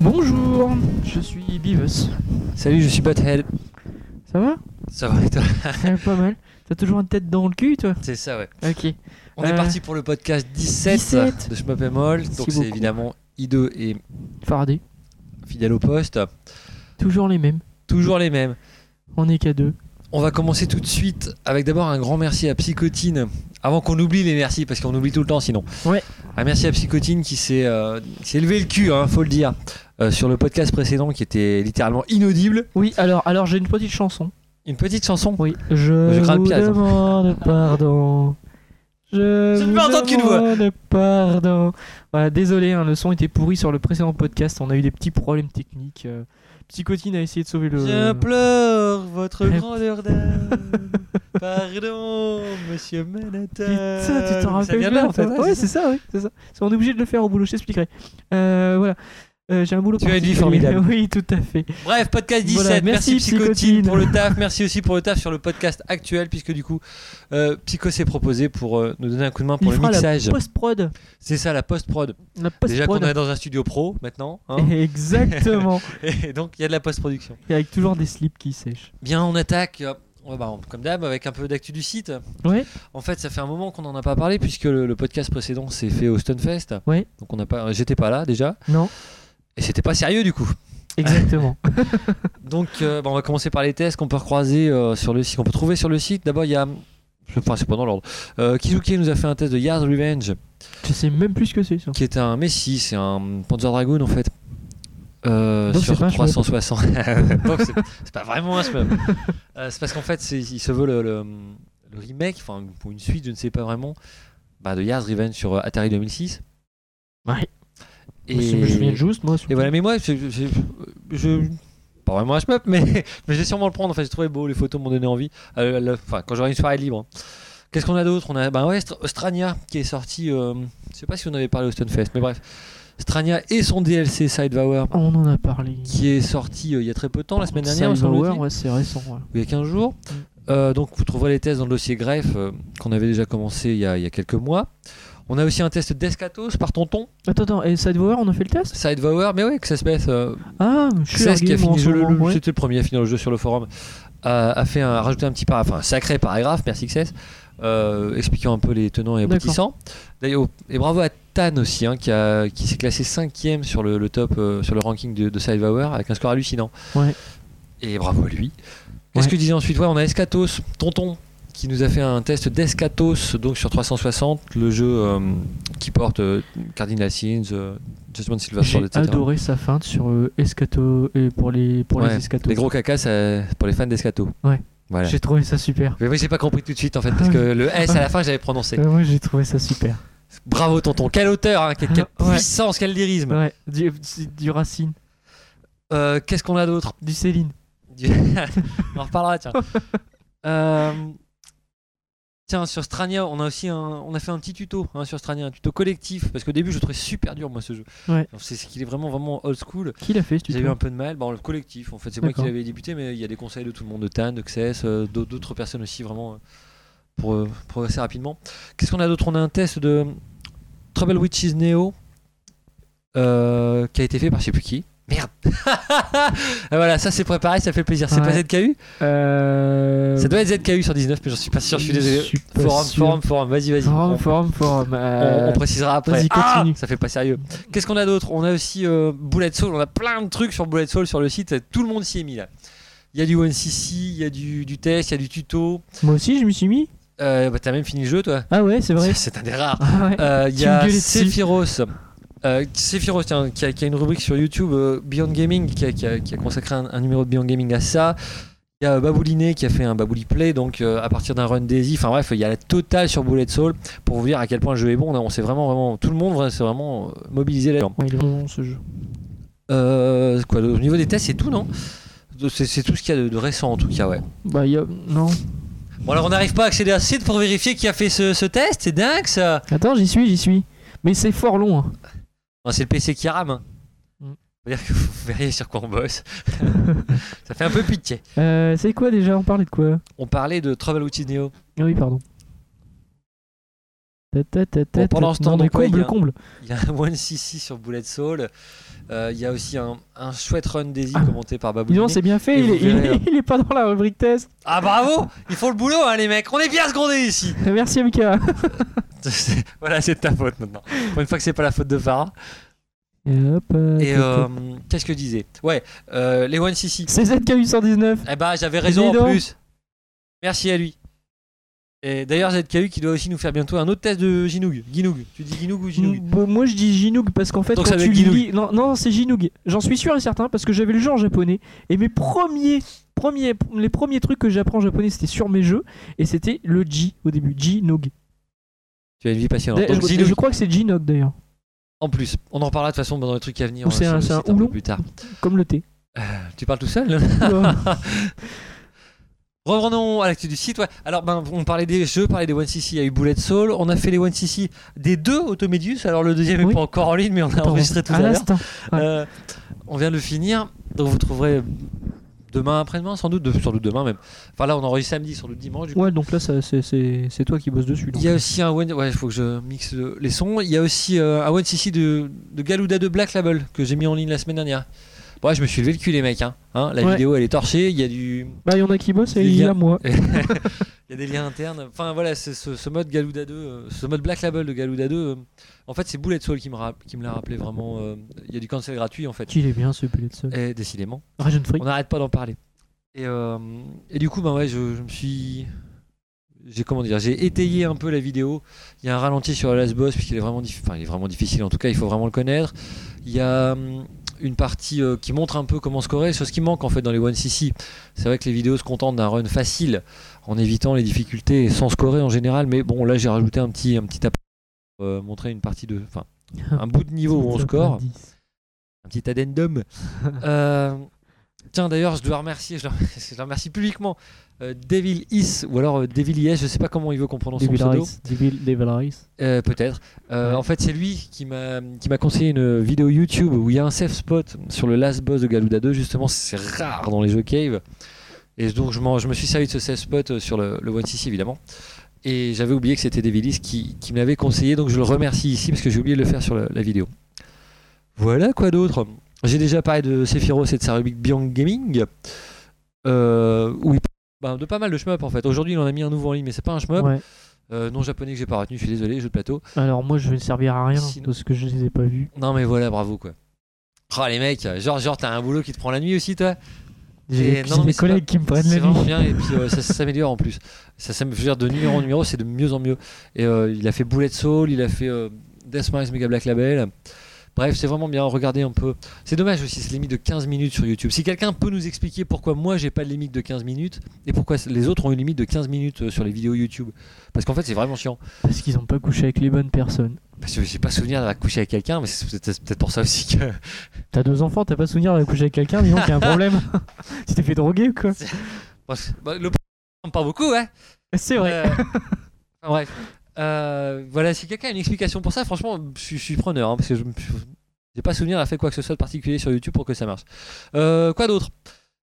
Bonjour, je suis Beavis. Salut, je suis Butthead. Ça va Ça va et toi Ouais, Pas mal. T'as toujours une tête dans le cul, toi C'est ça, ouais. Ok. On Euh, est parti pour le podcast 17, 17. de Shmup et Moll. Merci Donc, c'est beaucoup. évidemment I2 et Fardé. Fidèle au poste. Toujours les mêmes. Toujours les mêmes. On est qu'à deux. On va commencer tout de suite avec d'abord un grand merci à Psychotine. Avant qu'on oublie les merci, parce qu'on oublie tout le temps sinon. Ouais. Un merci à Psychotine qui s'est euh, qui s'est levé le cul, hein, faut le dire, euh, sur le podcast précédent qui était littéralement inaudible. Oui, alors, alors j'ai une petite chanson. Une petite chanson. Oui. Je, Je grimpe vous pied, attends. demande pardon. Je, Je ne vous peux entendre qu'une voix. demande pardon. Voilà, désolé, hein, le son était pourri sur le précédent podcast. On a eu des petits problèmes techniques. euh, Psychotine a essayé de sauver le. Je pleure votre Putain. grandeur d'âme. Pardon, monsieur Manhattan. Putain, tu t'en Euh, Ça rappelles vient de bien, là, en fait. toi. Ouais, c'est ça, ouais, c'est ça. C'est- On est obligé de le faire au boulot, je t'expliquerai. Euh, voilà. Euh, J'ai un boulot Tu as une vie particulier. formidable. oui, tout à fait. Bref, podcast 17. Voilà, merci, merci, Psychotine, Psychotine. pour le taf. Merci aussi pour le taf sur le podcast actuel, puisque du coup, euh, Psycho s'est proposé pour euh, nous donner un coup de main pour Il le fera mixage. la post-prod. C'est ça, la post-prod. La Déjà qu'on post-prod. est dans un studio pro maintenant. hein, Exactement. et donc, il y a de la post-production. Et avec toujours des slips qui sèchent. Bien, on attaque. euh, on va- bah, on- comme d'hab, avec un peu d'actu du site. Ouais. En fait, ça fait un moment qu'on n'en a pas parlé puisque le, le podcast précédent s'est fait au Stunfest. Ouais. Donc on n'a pas, j'étais pas là déjà Non. et c'était pas sérieux du coup. Exactement. Donc euh, bah, on va commencer par les tests qu'on peut recroiser euh, sur le site, qu'on peut trouver sur le site. D'abord il y a, je- enfin c'est pas dans l'ordre. Euh, Kizuki nous a fait un test de Yard Revenge je sais même plus ce que c'est. ça. qui est un Messi, c'est un Panzer Dragoon en fait. Euh, Donc, sur c'est pas un 360. Donc, c'est c'est pas vraiment un shmup. Euh, c'est parce qu'en fait, c'est- il se veut le, le- le remake, enfin, ou une suite, je ne sais pas vraiment, bah, de Yard's Revenge sur euh, Atari 2006. Ouais. Et, Je me souviens juste, moi. et voilà, mais moi, je. je- je- je- pas vraiment un shmup, mais, mais je vais sûrement le prendre. Enfin, j'ai trouvé beau, les photos m'ont donné envie. Euh, le- Enfin, quand j'aurai une soirée libre. Qu'est-ce qu'on a d'autre On a bah ouais, Str- Strania qui est sorti. euh, je sais pas si on avait parlé au Stunfest, mais bref. Strania et son DLC Sidevour Oh, on en a parlé. qui est sorti euh, il y a très peu de temps, la semaine dernière, me Cyberware, semble-t-il, ouais, c'est récent. ouais. ou il y a 15 jours. Mm. Euh, donc vous trouverez les tests dans le dossier greffe euh, qu'on avait déjà commencé il y, a, il y a quelques mois. On a aussi un test d'Escatos par Tonton, Attends, attends. Et Sidevower, on a fait le test Sidevower, mais oui, Xespeth, euh, Ah, je suis Xes qui largué, a moi, en fini ce le jeu, le- moment, le- ouais. c'était le premier à finir le jeu sur le forum, a, a fait un, a rajouté un petit paragraphe, enfin, un sacré paragraphe, merci Xes, euh, expliquant un peu les tenants et D'accord. aboutissants. D'ailleurs, et bravo à Tan aussi, hein, qui, a- qui s'est classé cinquième sur le, le top, euh, sur le ranking de, de Sidevower, avec un score hallucinant. Ouais. Et bravo à lui. Qu'est-ce Ouais. que disait ensuite Ouais, on a Escatos, Tonton, qui nous a fait un test d'Escatos, donc sur 360, le jeu euh, qui porte euh, Cardinal Sins, euh, Judgment Silver Sword, J'ai etc. adoré sa feinte sur euh, Escato et pour les pour Ouais, les escatos. Les gros cacas, ça- pour les fans d'Escato. Ouais. Voilà. J'ai trouvé ça super. Mais moi, j'ai pas compris tout de suite en fait, Ah parce que le S à la fin, j'avais prononcé. Euh, moi j'ai trouvé ça super. Bravo, tonton. Quelle hauteur, hein, quelle, quelle Ouais. puissance, quel lyrisme. Ouais, du, c'est du Racine, Euh, Qu'est-ce qu'on a d'autre du Céline. Du- On en reparlera, tiens. Euh, Tiens, sur Strania, on a aussi un, on a fait un petit tuto hein, sur Strania, un tuto collectif, parce qu'au début, je le trouvais super dur, moi, ce jeu. Ouais. Alors, C'est c'est qu'il est vraiment, vraiment old school. Qui l'a fait ce J'ai eu tuto un peu de mal. Bon, le collectif, en fait, c'est moi qui D'accord. l'avais débuté, mais il y a des conseils de tout le monde, de Tan, de XS, euh, d'au- d'autres personnes aussi, vraiment, euh, pour euh, progresser rapidement. Qu'est-ce qu'on a d'autre On a un test de Trouble Witches Neo euh, qui a été fait par je sais plus qui. Merde Ah, Voilà, ça c'est préparé, ça fait plaisir. C'est Ouais. pas ZKU Euh... Ça doit être ZKU sur 19, mais j'en suis pas sûr, je suis désolé. pas Forum, sûr. forum, forum, vas-y, vas-y. Forum, On- forum, forum. on, euh, on précisera après. vas-y, Ah continue. ça fait pas sérieux. Qu'est-ce qu'on a d'autre On a aussi euh, Bullet Soul. On a plein de trucs sur Bullet Soul sur le site. Tout le monde s'y est mis là. Il y a du OneCC, il y a du, du test, il y a du tuto. Moi aussi je me suis mis. Euh, bah, T'as même fini le jeu, toi Ah ouais, c'est vrai. C'est- C'est un des rares. Ah ouais. Euh, Il y Tu me a gueulais dessus. Sephiros. Euh, Sephiros, tiens, qui, a, qui a une rubrique sur YouTube, euh, Beyond Gaming, qui a, qui a- qui a consacré un, un numéro de Beyond Gaming à ça. Il y a euh, Babouliné qui a fait un Babouli Play, donc euh, à partir d'un run Daisy. Enfin bref, il y a la totale sur Bullet Soul pour vous dire à quel point le jeu est bon. On, a- on s'est vraiment, vraiment, tout le monde vraiment, s'est vraiment euh, mobilisé là-dedans. Ouais, il est bon ce jeu. Euh, quoi, au niveau des tests, c'est tout, non c'est, c'est tout ce qu'il y a de, de récent en tout cas, ouais. Bah il y a non. Bon, alors on n'arrive pas à accéder à ce site pour vérifier qui a fait ce, ce test, c'est dingue ça Attends, j'y suis, j'y suis. Mais c'est fort long. hein. Bon, C'est le PC qui rame. hein. Mm. C'est-à-dire que vous verriez sur quoi on bosse. ça fait un peu pitié. Euh, c'est quoi déjà On parlait de quoi On parlait de Trouble Witches Neo. Ah oui, pardon. Ta, ta, ta, ta, Bon, pendant ta- ce temps, non, mais donc, ouais, comble, il y a- comble. Il y a un One CC sur Bullet Soul. Euh, il y a aussi un, un chouette run Daisy commenté par Dis donc, Babouliné. c'est bien fait, Et il vous est, il, verrez, est, il est pas dans la rubrique test. Ah bravo Ils font le boulot, hein, les mecs. On est bien secondés ici. Merci Amika. C'est- voilà, c'est de ta faute maintenant. Pour une fois que c'est pas la faute de Farah. Et hop, euh, Et ta- ta- euh, qu'est-ce que je disais Ouais, euh, les One CC. C'est ZK819. Eh bah, j'avais raison dis en donc. plus. Merci à lui. Et d'ailleurs, ZKU qui doit aussi nous faire bientôt un autre test de Ginoug. Ginoug. Tu dis Ginoug ou Ginoug Bah, Moi je dis Jinoug parce qu'en fait Donc, quand ça doit tu être Ginoug. lis non non c'est Jinoug. J'en suis sûr et certain parce que j'avais le jeu en japonais et mes premiers premiers les premiers trucs que j'apprends en japonais c'était sur mes jeux et c'était le J au début Jinoug. Tu as une vie passionnante. D'ailleurs, Donc, je, Ginoug. je crois que c'est Jinoug d'ailleurs En plus, on en parlera de toute façon dans les trucs à venir. Ou hein, c'est sur un- le c'est un site peu houlon plus tard. comme le T. Tu parles tout seul là Ouah. Revenons à l'actu du site. Ouais. Alors, ben, on parlait des jeux, on parlait des 1cc. Il y a eu Bullet Soul. On a fait les 1cc des deux Automedius. Alors, le deuxième Oui. est pas encore en ligne, mais on a Attends, enregistré tout à l'heure. l'instant. Ouais. Euh, on vient de le finir. Donc, vous trouverez demain, après-demain, sans doute. de- sans doute demain même. Enfin, là, on enregistre samedi, sans doute dimanche. du coup. Ouais donc là ça- c'est- c'est c'est toi qui bosses dessus. donc. Il y a aussi un one. Ouais, il faut que je mixe euh, les sons. Il y a aussi euh, un one CC de, de Galuda de Black Label que j'ai mis en ligne la semaine dernière. Ouais, je me suis levé le cul, les mecs. Hein. Hein, la Ouais. vidéo, elle est torchée. Il y a du. Bah il y en a qui bossent et Il y il y a- a moi. Il y a des liens internes. Enfin voilà, c'est ce, ce mode Galuda 2, euh, ce mode Black Label de Galuda 2. euh, en fait, c'est Bullet Soul qui me, ra- qui me l'a rappelé vraiment. euh, Il y a du cancel gratuit en fait. Qu'il est bien ce bullet seul. Et décidément, Rajun Freak. on n'arrête pas d'en parler. Et, euh, et du coup, ben ouais, je, je me suis. J'ai comment dire, j'ai étayé un peu la vidéo. Il y a un ralenti sur le last boss puisqu'il est vraiment, diffi- enfin, il est vraiment difficile. En tout cas, il faut vraiment le connaître. Il y a hum, une partie euh, qui montre un peu comment scorer. C'est ce qui manque en fait dans les 1cc. C'est vrai que les vidéos se contentent d'un run facile en évitant les difficultés et sans scorer en général. Mais bon, là, j'ai rajouté un petit, un petit apport pour euh, montrer une partie de, enfin, un bout de niveau où on score un petit addendum. Euh, tiens, d'ailleurs, je dois remercier, je le remercie, je le remercie publiquement, euh, Devil Is, ou alors euh, Devil Is, je sais pas comment il veut qu'on prononce son Devil pseudo. Eyes, Devil Devil Eyes. Euh, Peut-être. Euh, Ouais. En fait, c'est lui qui m'a qui m'a conseillé une vidéo YouTube où il y a un safe spot sur le last boss de Galuda 2. Justement, c'est rare dans les jeux cave. Et donc, je, m'en- je me suis servi de ce safe spot euh, sur le, le 1cc, évidemment. Et j'avais oublié que c'était Devil Is qui, qui me l'avait conseillé. Donc, je le remercie ici parce que j'ai oublié de le faire sur la, la vidéo. Voilà, quoi d'autre J'ai déjà parlé de Sephiroth et de sa rubrique Beyond Gaming. Euh, où il- ben, de pas mal de shmup en fait. Aujourd'hui, il en a mis un nouveau en ligne, mais c'est pas un shmup. Ouais. Euh, non japonais que j'ai pas retenu, je suis désolé, jeu de plateau. Alors moi je vais servir à rien Sinon- parce que je les ai pas vus. Non mais voilà, bravo quoi. Oh les mecs, genre, genre t'as un boulot qui te prend la nuit aussi toi Et J'ai non, j'ai mais des c'est collègues pas- qui me prennent la C'est vraiment nuit. bien et puis euh, ça, ça s'améliore en plus. Ça, s'am- je veux dire, de numéro en numéro, c'est de mieux en mieux. Et euh, il a fait Bullet Soul, il a fait euh, Death Max Mega Black Label. Bref, c'est vraiment bien, regardez un peu. C'est dommage aussi, cette limite de 15 minutes sur YouTube. Si quelqu'un peut nous expliquer pourquoi moi j'ai pas de limite de 15 minutes et pourquoi les autres ont une limite de 15 minutes euh, sur les vidéos YouTube. Parce qu'en fait, c'est vraiment chiant. Parce qu'ils ont pas couché avec les bonnes personnes. Parce que j'ai pas souvenir d'avoir couché avec quelqu'un, mais c'est peut-être c'est peut-être pour ça aussi que. T'as deux enfants, t'as pas souvenir d'avoir couché avec quelqu'un, dis donc il y a un problème. tu t'es fait droguer ou quoi Parce- bah, le problème, pas beaucoup, hein C'est vrai. Euh, enfin, bref. Euh, voilà, si quelqu'un a une explication pour ça, franchement, je suis- je suis preneur, hein, parce que je n'ai pas souvenir d'avoir fait quoi que ce soit de particulier sur YouTube pour que ça marche. Euh, quoi d'autre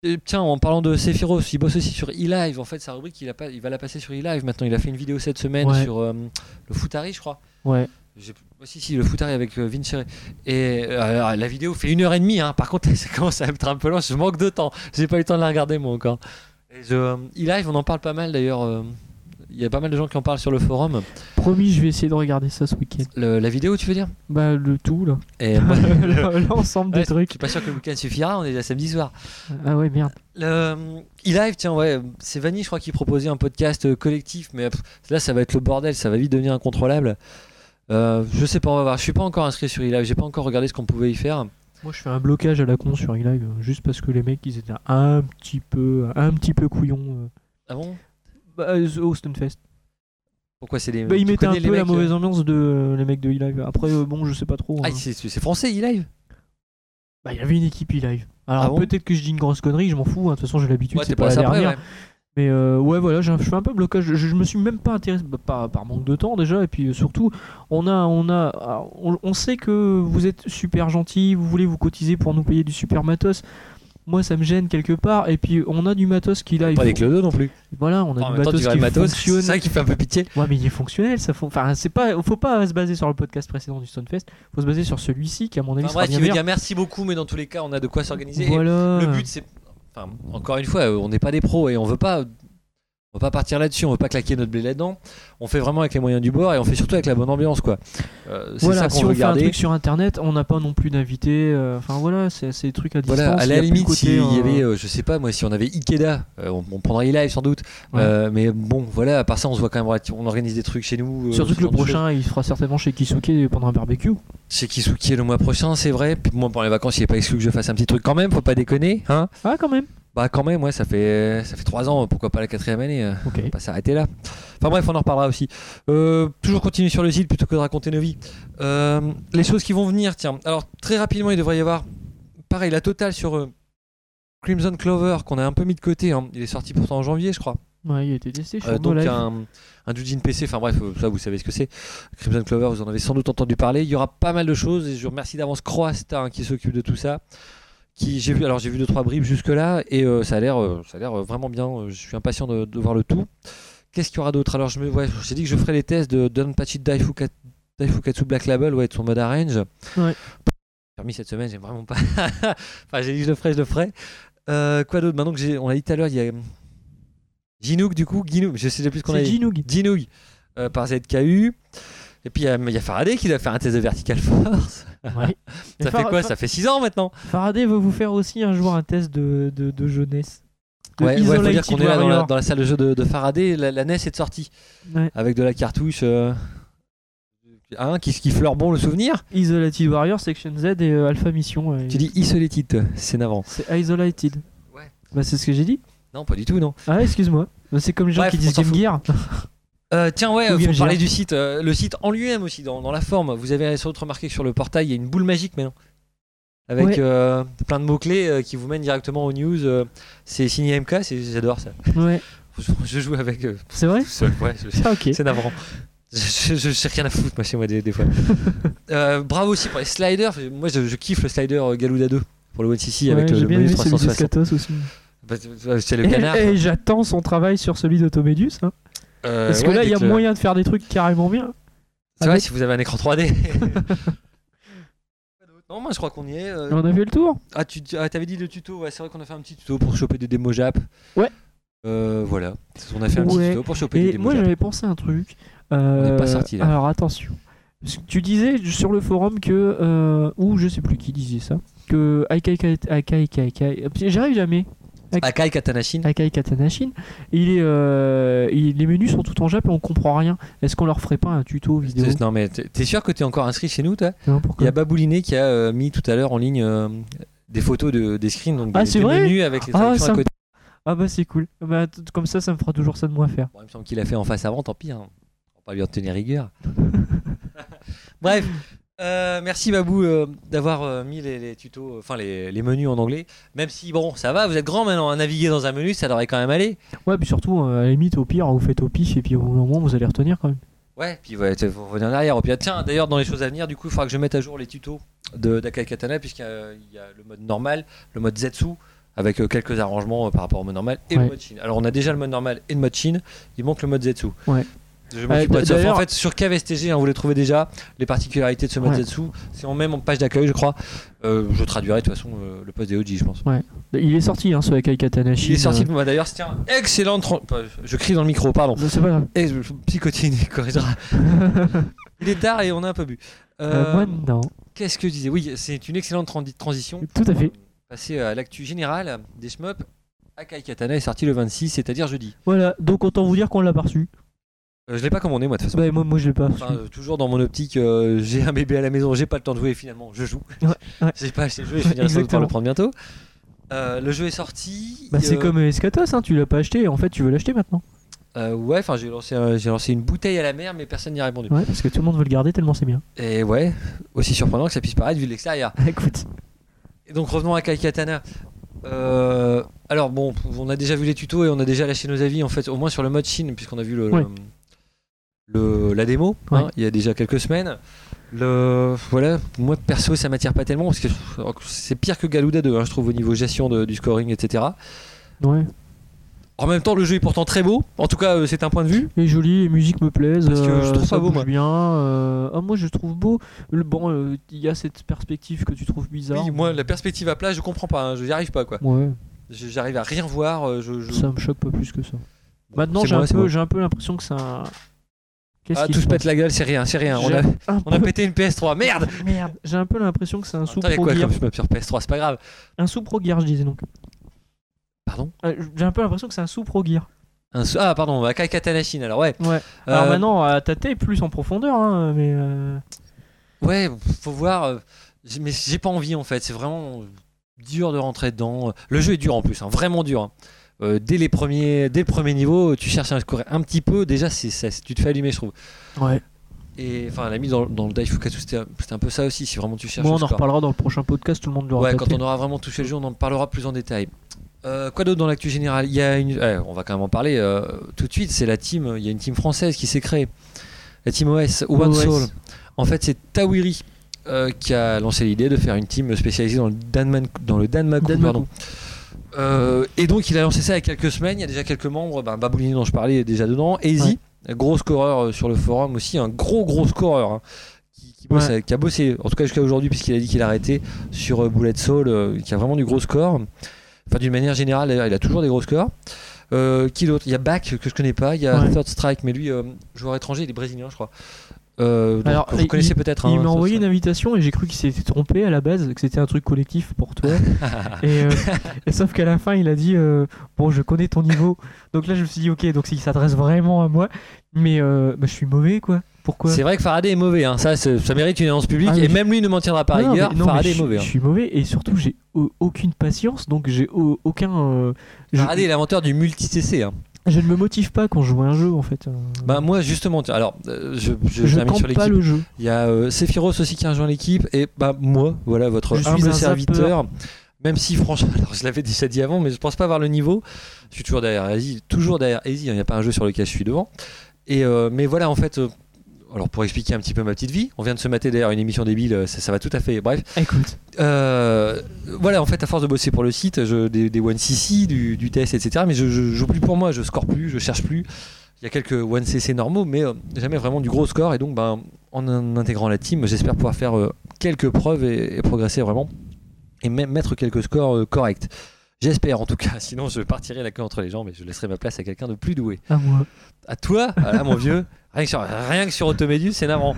Et Tiens, en parlant de Sephiroth, il bosse aussi sur eLive. En fait, sa rubrique, il, a pas, il va la passer sur eLive maintenant. Il a fait une vidéo cette semaine Ouais. sur euh, le Futari, je crois. Ouais. J'ai- oh, si, si, le Futari avec euh, Vincere. Et euh, alors, la vidéo fait une heure et demie. hein. Par contre, ça commence à être un peu lent. Je manque de temps. J'ai pas eu le temps de la regarder, moi, encore. Et je, euh, e-live, on en parle pas mal d'ailleurs. euh, Il y a pas mal de gens qui en parlent sur le forum. Promis, je vais essayer de regarder ça ce week-end. Le- la vidéo, tu veux dire Bah le tout là. Et moi, Le- L'ensemble Ouais. des je trucs. suis pas sûr que le week-end suffira. On est déjà samedi soir. Ah ouais merde. Le euh, e-live, tiens, ouais, c'est Vanny, je crois, qui proposait un podcast euh, collectif, mais pff, là, ça va être le bordel, ça va vite devenir incontrôlable. Euh, je sais pas, on va voir. Je suis pas encore inscrit sur e-live, j'ai pas encore regardé ce qu'on pouvait y faire. Moi je fais un blocage à la con sur E-Live euh, juste parce que les mecs ils étaient un petit peu un petit peu couillons. euh. Ah bon Bah, euh, au Stunfest. Pourquoi c'est des. Bah ils tu mettaient un connais les peu la mecs, euh, mauvaise ambiance de euh, les mecs de E-Live. Après euh, bon je sais pas trop. Ah, hein. c'est c'est français, e-live Bah, il y avait une équipe e-live. Alors, Ah bon peut-être que je dis une grosse connerie, je m'en fous, hein, de toute façon, j'ai l'habitude, Ouais, c'est t'es pas, pas la après, dernière. ouais. Mais euh, ouais, voilà, j'ai un- je fais un peu blocage. Je, je me suis même pas intéressé, bah, par, par manque de temps déjà, et puis euh, surtout, on a, on a, ah, on, on sait que vous êtes super gentil, vous voulez vous cotiser pour nous payer du super matos. moi ça me gêne quelque part. Et puis on a du matos qui là, il Pas faut- des clodos non plus. voilà, on a En du même temps, matos tu vas qui le matos, c'est fonctionne. ça qui fait un peu pitié. Ouais, mais il est fonctionnel, ça fon- Enfin, c'est pas, faut pas se baser sur le podcast précédent du Stonefest. Faut se baser sur celui-ci qui, à mon avis, Enfin, sera bref, bien il veut meilleur. dire merci beaucoup, mais dans tous les cas, on a de quoi s'organiser. Et Voilà. Le but, c'est. Enfin, encore une fois, euh, on n'est pas des pros et on veut pas. On veut pas partir là-dessus, on veut pas claquer notre blé là-dedans. On fait vraiment avec les moyens du bord et on fait surtout avec la bonne ambiance, quoi. Euh, c'est Voilà, ça qu'on si on veut fait un garder. truc sur internet, on n'a pas non plus d'invités. euh, Enfin voilà, c'est c'est des trucs à distance. Voilà, à il y la a plus le limite, côté, s'il y euh, avait, euh, je sais pas, moi, si on avait Ikeda, euh, on, on prendrait e-live sans doute. Ouais. Euh, mais bon, voilà, à part ça, on se voit quand même, relativement- on organise des trucs chez nous. euh, Surtout ce que le genre de choses. prochain, il sera certainement chez Kisuke pendant un barbecue. Chez Kisuki le mois prochain, c'est vrai. Puis moi, pendant les vacances, il n'est pas exclu que je fasse un petit truc quand même, faut pas déconner, hein. Ah, quand même. Bah, quand même, ouais, ça fait, ça fait trois ans, pourquoi pas la quatrième année. euh. Ok. On va pas s'arrêter là. Enfin bref, on en reparlera aussi. Euh, toujours continuer sur le site plutôt que de raconter nos vies. Euh, les choses qui vont venir, tiens. Alors très rapidement, il devrait y avoir, pareil, la totale sur euh, Crimson Clover qu'on a un peu mis de côté. hein. Il est sorti pourtant en janvier, je crois. Ouais, il a été testé. Je suis Euh, en donc live. un, un doujin PC, enfin bref, euh, ça vous savez ce que c'est. Crimson Clover, vous en avez sans doute entendu parler. Il y aura pas mal de choses et je remercie d'avance Croasta hein, qui s'occupe de tout ça. Qui j'ai vu, alors j'ai vu deux trois bribes jusque là et euh, ça a l'air, euh, ça a l'air euh, vraiment bien. Euh, Je suis impatient de, de voir le tout. Qu'est-ce qu'il y aura d'autre Alors je me, ouais, j'ai dit que je ferai les tests de Donpachi Daifuka- Daifukatsu Black Label, ouais, de son mode arrange. Ouais. Permis cette semaine, j'ai vraiment pas. enfin, j'ai dit que je le ferai, je le ferai. Euh, quoi d'autre Maintenant que j'ai, on l'a dit tout à l'heure, il y a Ginook du coup, Ginook, je sais plus qu'on a C'est dit. Jinoog. Dinouille euh, par ZKU. Et puis il y a- il y, a Faraday qui doit faire un test de Vertical Force. Ouais. Ça Far- fait quoi Far- Ça fait 6 ans maintenant Faraday veut vous faire aussi un jour un test de, de, de jeunesse. De Ouais, ouais, faut dire Isolated qu'on est là dans la, Warrior. dans la salle de jeu de, de Faraday. La, la NES est de sortie Ouais. avec de la cartouche. euh, hein, qui, qui fleure bon le souvenir Isolated Warrior, Section Z et euh, Alpha Mission. ouais. Tu dis Isolated, c'est navrant. C'est Isolated. Ouais. Bah, c'est ce que j'ai dit. Non, pas du tout, non. Ah, excuse-moi. Bah, C'est comme les gens Bref, qui on disent s'en Game fout. Gear. Euh, tiens, ouais, Ou faut Game parler Gear. du site. euh, le site en lui-même aussi, dans, dans la forme. Vous avez sans doute remarqué que sur le portail, il y a une boule magique maintenant. Avec Ouais. euh, plein de mots-clés euh, qui vous mènent directement aux news. euh, c'est signé MK, c'est- j'adore ça. Ouais. Je, je joue avec euh, C'est vrai tout seul, ouais, je- Ah, ok. c'est navrant. Je, je, je sais rien à foutre moi chez moi des, des fois. Euh, bravo aussi pour les sliders. Moi je, je kiffe le slider euh, Galuda 2 pour le OneCC avec Ouais, le, j'ai le bien bonus aimé celui de 360. Skatos aussi. Bah, euh, C'est le Et- canard. Et, j'attends son travail sur celui d'Automedius. Hein. Euh, Parce que ouais, là, il y a dès que- moyen de faire des trucs carrément bien. C'est vrai avec- si vous avez un écran 3D. non, moi je crois qu'on y est. euh, On a fait le tour. Ah, tu tu- ah, t'avais dit le tuto, ouais, c'est vrai qu'on a fait un petit tuto pour choper des démos Jap. Ouais. Euh, voilà, on a fait un Ouais. petit tuto pour choper des Et démos moi, Jap. j'avais pensé un truc. n'est pas Euh, sorti, là. Alors attention. Parce que Tu disais sur le forum que. euh, ou je sais plus qui disait ça. Que Aikai Aikai Aikai. J'arrive jamais. Akai Katanashin. Aikai Katanashin. Il est, euh, il- les menus sont tout en jap et on comprend rien. Est-ce qu'on leur ferait pas un tuto vidéo Non mais t'es t'es sûr que t'es encore inscrit chez nous, toi Non, Il pourquoi y a Babouliné qui a euh, mis tout à l'heure en ligne euh, des photos de, des screens, donc Ah, des, c'est des vrai menus avec les Ah, traductions à sympa. côté. Ah bah c'est cool. Bah, t- comme ça, ça me fera toujours ça de moins faire. Bon, il me semble qu'il a fait en face avant, tant pis. hein. On va pas lui en tenir rigueur. Bref, euh, merci Babou euh, d'avoir euh, mis les, les tutos, euh, enfin les, les menus en anglais. Même si, bon, ça va, vous êtes grand maintenant, à naviguer dans un menu, ça devrait quand même aller. Ouais, puis surtout, euh, à la limite, au pire, vous faites au pif et puis au moment, vous allez retenir quand même. Ouais, puis ouais, t'es- faut revenir en arrière. Au pire, tiens, d'ailleurs, dans les choses à venir, du coup, il faudra que je mette à jour les tutos de- d'Akai Katana, puisqu'il y a- il y, a le mode normal, le mode Zetsu, avec euh, quelques arrangements euh, par rapport au mode normal et Ouais. le mode Shin. Alors, on a déjà le mode normal et le mode Shin, il manque le mode Zetsu. Ouais. Je m'occupe Euh, pas de ça. Enfin, d'ailleurs- en fait, sur KVSTG, hein, vous les trouvez déjà, les particularités de ce mode Ouais. Zetsu. C'est en même en page d'accueil, je crois. Euh, je traduirai de toute façon euh, le post des OG, je pense. Il est sorti, hein, ce Akai Katanashi. Il est sorti de moi d'ailleurs, c'était un excellent. tran- Je crie dans le micro, pardon. euh, C'est pas grave. Et je psychotine, il corrigera. Il est tard et on a un peu bu. Euh, Euh, moi, non. Qu'est-ce que je disais Oui, c'est une excellente trandi- transition. Tout à fait. Passer à l'actu générale des shmups. Akai Katana est sorti le 26, c'est-à-dire jeudi. Voilà, donc autant vous dire qu'on l'a pas reçu. Euh, je l'ai pas commandé moi de toute façon. Bah, moi, moi je l'ai pas reçu. Enfin, euh, toujours dans mon optique, euh, j'ai un bébé à la maison, j'ai pas le temps de jouer et finalement je joue. Ouais, ouais. j'ai pas acheté le jeu et je finirai sans doute par Exactement. le prendre bientôt. Euh, le jeu est sorti. Bah, c'est euh, comme Escatos, hein, tu l'as pas acheté, en fait, tu veux l'acheter maintenant. euh, ouais, enfin j'ai lancé, un- j'ai lancé une bouteille à la mer mais personne n'y a répondu. Ouais, parce que tout le monde veut le garder tellement c'est bien. Et ouais, aussi surprenant que ça puisse paraître vu de l'extérieur. Écoute. Et donc revenons à Kai Katana. Euh, alors bon, on a déjà vu les tutos et on a déjà lâché nos avis en fait, au moins sur le mode Chine, puisqu'on a vu le, Ouais. le- la démo, hein, Ouais. il y a déjà quelques semaines. Le, voilà, moi perso ça m'attire pas tellement parce que alors que c'est pire que Galouda 2, hein, je trouve au niveau gestion de- du scoring, etc. Ouais. En même temps, le jeu est pourtant très beau. En tout cas, euh, c'est un point de vue. Et joli, les musiques me plaisent. Parce que je trouve ça pas beau, bouge moi. bien. euh, ah, moi, je trouve beau. Le, bon, euh, il y a cette perspective que tu trouves bizarre. Oui, moi, la perspective à plat, je comprends pas. hein, je n'y arrive pas, quoi. Ouais, Je- J'arrive à rien voir. euh, Je, je- ça me choque pas plus que ça. Maintenant, C'est j'ai moi, un, c'est peu- moi. j'ai un peu l'impression que ça. Qu'est-ce Ah, qui tout se se pète la gueule, c'est rien, c'est rien. On J'ai- a, passe Un on a peu- pété une PS3, merde Merde, j'ai un peu l'impression que c'est un Attends, y a sous-pro quoi gear. comme je me sur PS3, c'est pas grave. Un sous-pro gear, je disais donc. Pardon Euh, J'ai un peu l'impression que c'est un sous-pro gear. Un sou- Ah, pardon, Akai Katanashin, alors ouais. Ouais. Euh, Alors maintenant, à tâter plus en profondeur, hein, mais. euh, Ouais, faut voir. euh, j'ai- Mais j'ai pas envie en fait. C'est vraiment dur de rentrer dedans. Le jeu est dur en plus, hein, vraiment dur. hein. Euh, dès, les premiers, dès le premier niveau, tu cherches à scorer un petit peu. Déjà, c'est ça, tu te fais allumer, je trouve. Ouais. Et enfin, la mise dans, dans le Dai Fukatsu, c'était c'était un peu ça aussi. Si vraiment tu cherches Bon, le on en score. reparlera dans le prochain podcast, tout le monde l'aura Ouais, tâté. quand on aura vraiment touché le jeu, on en parlera plus en détail. Euh, quoi d'autre dans l'actu générale Il y a une, eh, on va quand même en parler euh, tout de suite. C'est la team. Il y a une team française qui s'est créée, la team OS One OS. Soul. En fait, c'est Tawiri euh, qui a lancé l'idée de faire une team spécialisée dans le Danman, dans le Danmaku, Danmaku. pardon. Euh, et donc, il a lancé ça il y a quelques semaines. Il y a déjà quelques membres. Ben, Baboulini dont je parlais est déjà dedans. Easy, gros scoreur euh, sur le forum aussi, un gros gros scoreur. hein, qui, qui bosse Ouais. avec- qui a bossé, en tout cas jusqu'à aujourd'hui, puisqu'il a dit qu'il a arrêté sur euh, Bullet Soul, euh, qui a vraiment du gros score. Enfin, d'une manière générale, d'ailleurs, il a toujours des gros scores. Euh, qui d'autre Il y a Back, que je connais pas. Il y a Ouais. Third Strike, mais lui, euh, joueur étranger, il est brésilien, je crois. Euh, donc, Alors, vous il- connaissez peut-être. Il hein, m'a Third envoyé une Strike. invitation et j'ai cru qu'il s'était trompé à la base, que c'était un truc collectif pour toi. et, euh, et sauf qu'à la fin, il a dit euh, Bon, je connais ton niveau. Donc là, je me suis dit Ok, donc il s'adresse vraiment à moi. Mais euh, bah, je suis mauvais, quoi. Pourquoi C'est vrai que Faraday est mauvais, hein. ça, c'est- ça mérite une annonce publique, Ah, mais et je- même lui ne m'en tiendra pas Non, non, rigueur. mais- non, mais Faraday je, est mauvais. Je hein. suis mauvais et surtout, j'ai au- aucune patience, donc j'ai au- aucun. euh, je, Faraday est l'inventeur du multi-CC. hein. je ne me motive pas quand je joue à un jeu, en fait. Euh, Bah, moi, justement, tiens, alors, euh, je, je, je termine sur campe l'équipe. pas le jeu. Il y a euh, Sephiros aussi qui a rejoint l'équipe et bah moi, voilà votre Je suis humble un serviteur. Même si franchement, alors je l'avais déjà dit avant, mais je pense pas avoir le niveau. Je suis toujours derrière Easy, toujours derrière Easy. hein, Il n'y a pas un jeu sur lequel je suis devant. Et euh, mais voilà en fait. euh, alors pour expliquer un petit peu ma petite vie, on vient de se mater d'ailleurs une émission débile, euh, ça, ça va tout à fait. Bref, Écoute, Euh, voilà en fait à force de bosser pour le site, je, des, des 1cc, du, du TS, etc. Mais je, je joue plus pour moi, je score plus, je cherche plus. Il y a quelques 1cc normaux, mais euh, jamais vraiment du gros score. Et donc ben en in- intégrant la team, j'espère pouvoir faire euh, quelques preuves et, et progresser vraiment et même mettre quelques scores euh, corrects. J'espère en tout cas, sinon je partirai la queue entre les jambes et je laisserai ma place à quelqu'un de plus doué. à moi. À toi, ah là, mon vieux, rien que sur, rien que sur Automedius, c'est navrant.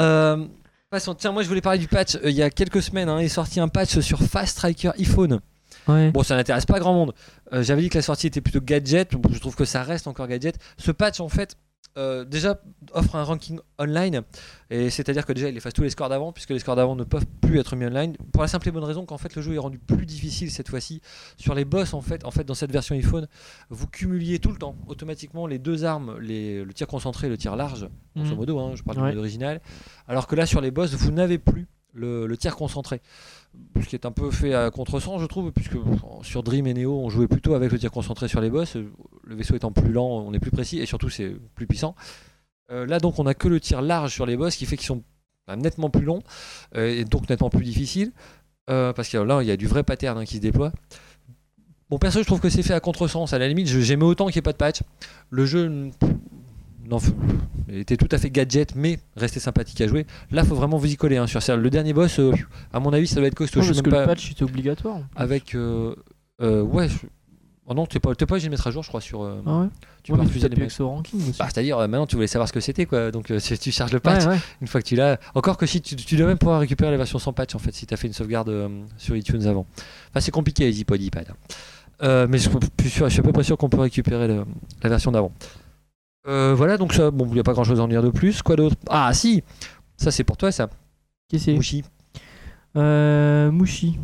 Euh, passons, tiens, moi je voulais parler du patch. Euh, Il y a quelques semaines, hein, est sorti un patch sur Fast Striker iPhone. Ouais. Bon, ça n'intéresse pas grand monde. Euh, J'avais dit que la sortie était plutôt gadget. Bon, Je trouve que ça reste encore gadget. Ce patch, en fait, euh, déjà offre un ranking online. Et c'est-à-dire que déjà, il efface tous les scores d'avant, puisque les scores d'avant ne peuvent plus être mis online. Pour la simple et bonne raison qu'en fait, le jeu est rendu plus difficile cette fois-ci. Sur les boss, en fait, en fait, dans cette version iPhone, vous cumuliez tout le temps, automatiquement, les deux armes, les- le tir concentré et le tir large, grosso Mhm. modo. hein, je parle du Ouais. mode original. Alors que là, sur les boss, vous n'avez plus le, le tir concentré. Ce qui est un peu fait à contresens, je trouve, puisque sur Dream et Neo, on jouait plutôt avec le tir concentré sur les boss. euh, Le vaisseau étant plus lent, on est plus précis et surtout, c'est plus puissant. Euh, là, donc, on a que le tir large sur les boss, ce qui fait qu'ils sont bah, nettement plus longs euh, et donc nettement plus difficiles. Euh, parce que euh, là, il y a du vrai pattern hein, qui se déploie. Bon, perso, je trouve que c'est fait à contresens. À la limite, je- j'aimais autant qu'il n'y ait pas de patch. Le jeu n- n'en f- était tout à fait gadget, mais restait sympathique à jouer. Là, faut vraiment vous y coller. hein, sur ça. Le dernier boss, euh, à mon avis, ça doit être costaud. Ouais, Je sais parce que même le pas- patch était obligatoire. avec. euh, euh, ouais. je- Oh non, t'es pas, t'es pas obligé de mettre à jour, je crois, sur. euh, Ah ouais. Tu Ouais, peux mais refuser t'as les pu mecs. avec ce ranking aussi. Bah, c'est-à-dire, euh, maintenant, tu voulais savoir ce que c'était, quoi. Donc, euh, si tu charges le patch, Ouais, ouais. une fois que tu l'as. Encore que si tu, tu dois même pouvoir récupérer la version sans patch en fait, si tu as fait une sauvegarde euh, sur iTunes avant. Enfin, c'est compliqué les E iPod, iPad. Euh, mais je, suis sûr- je suis à peu près sûr qu'on peut récupérer le- la version d'avant. Euh, voilà, donc ça, bon, il n'y a pas grand chose à en dire de plus. Quoi d'autre Ah, si Ça, c'est pour toi, ça. Qui c'est Mouchi. Euh, Mushi.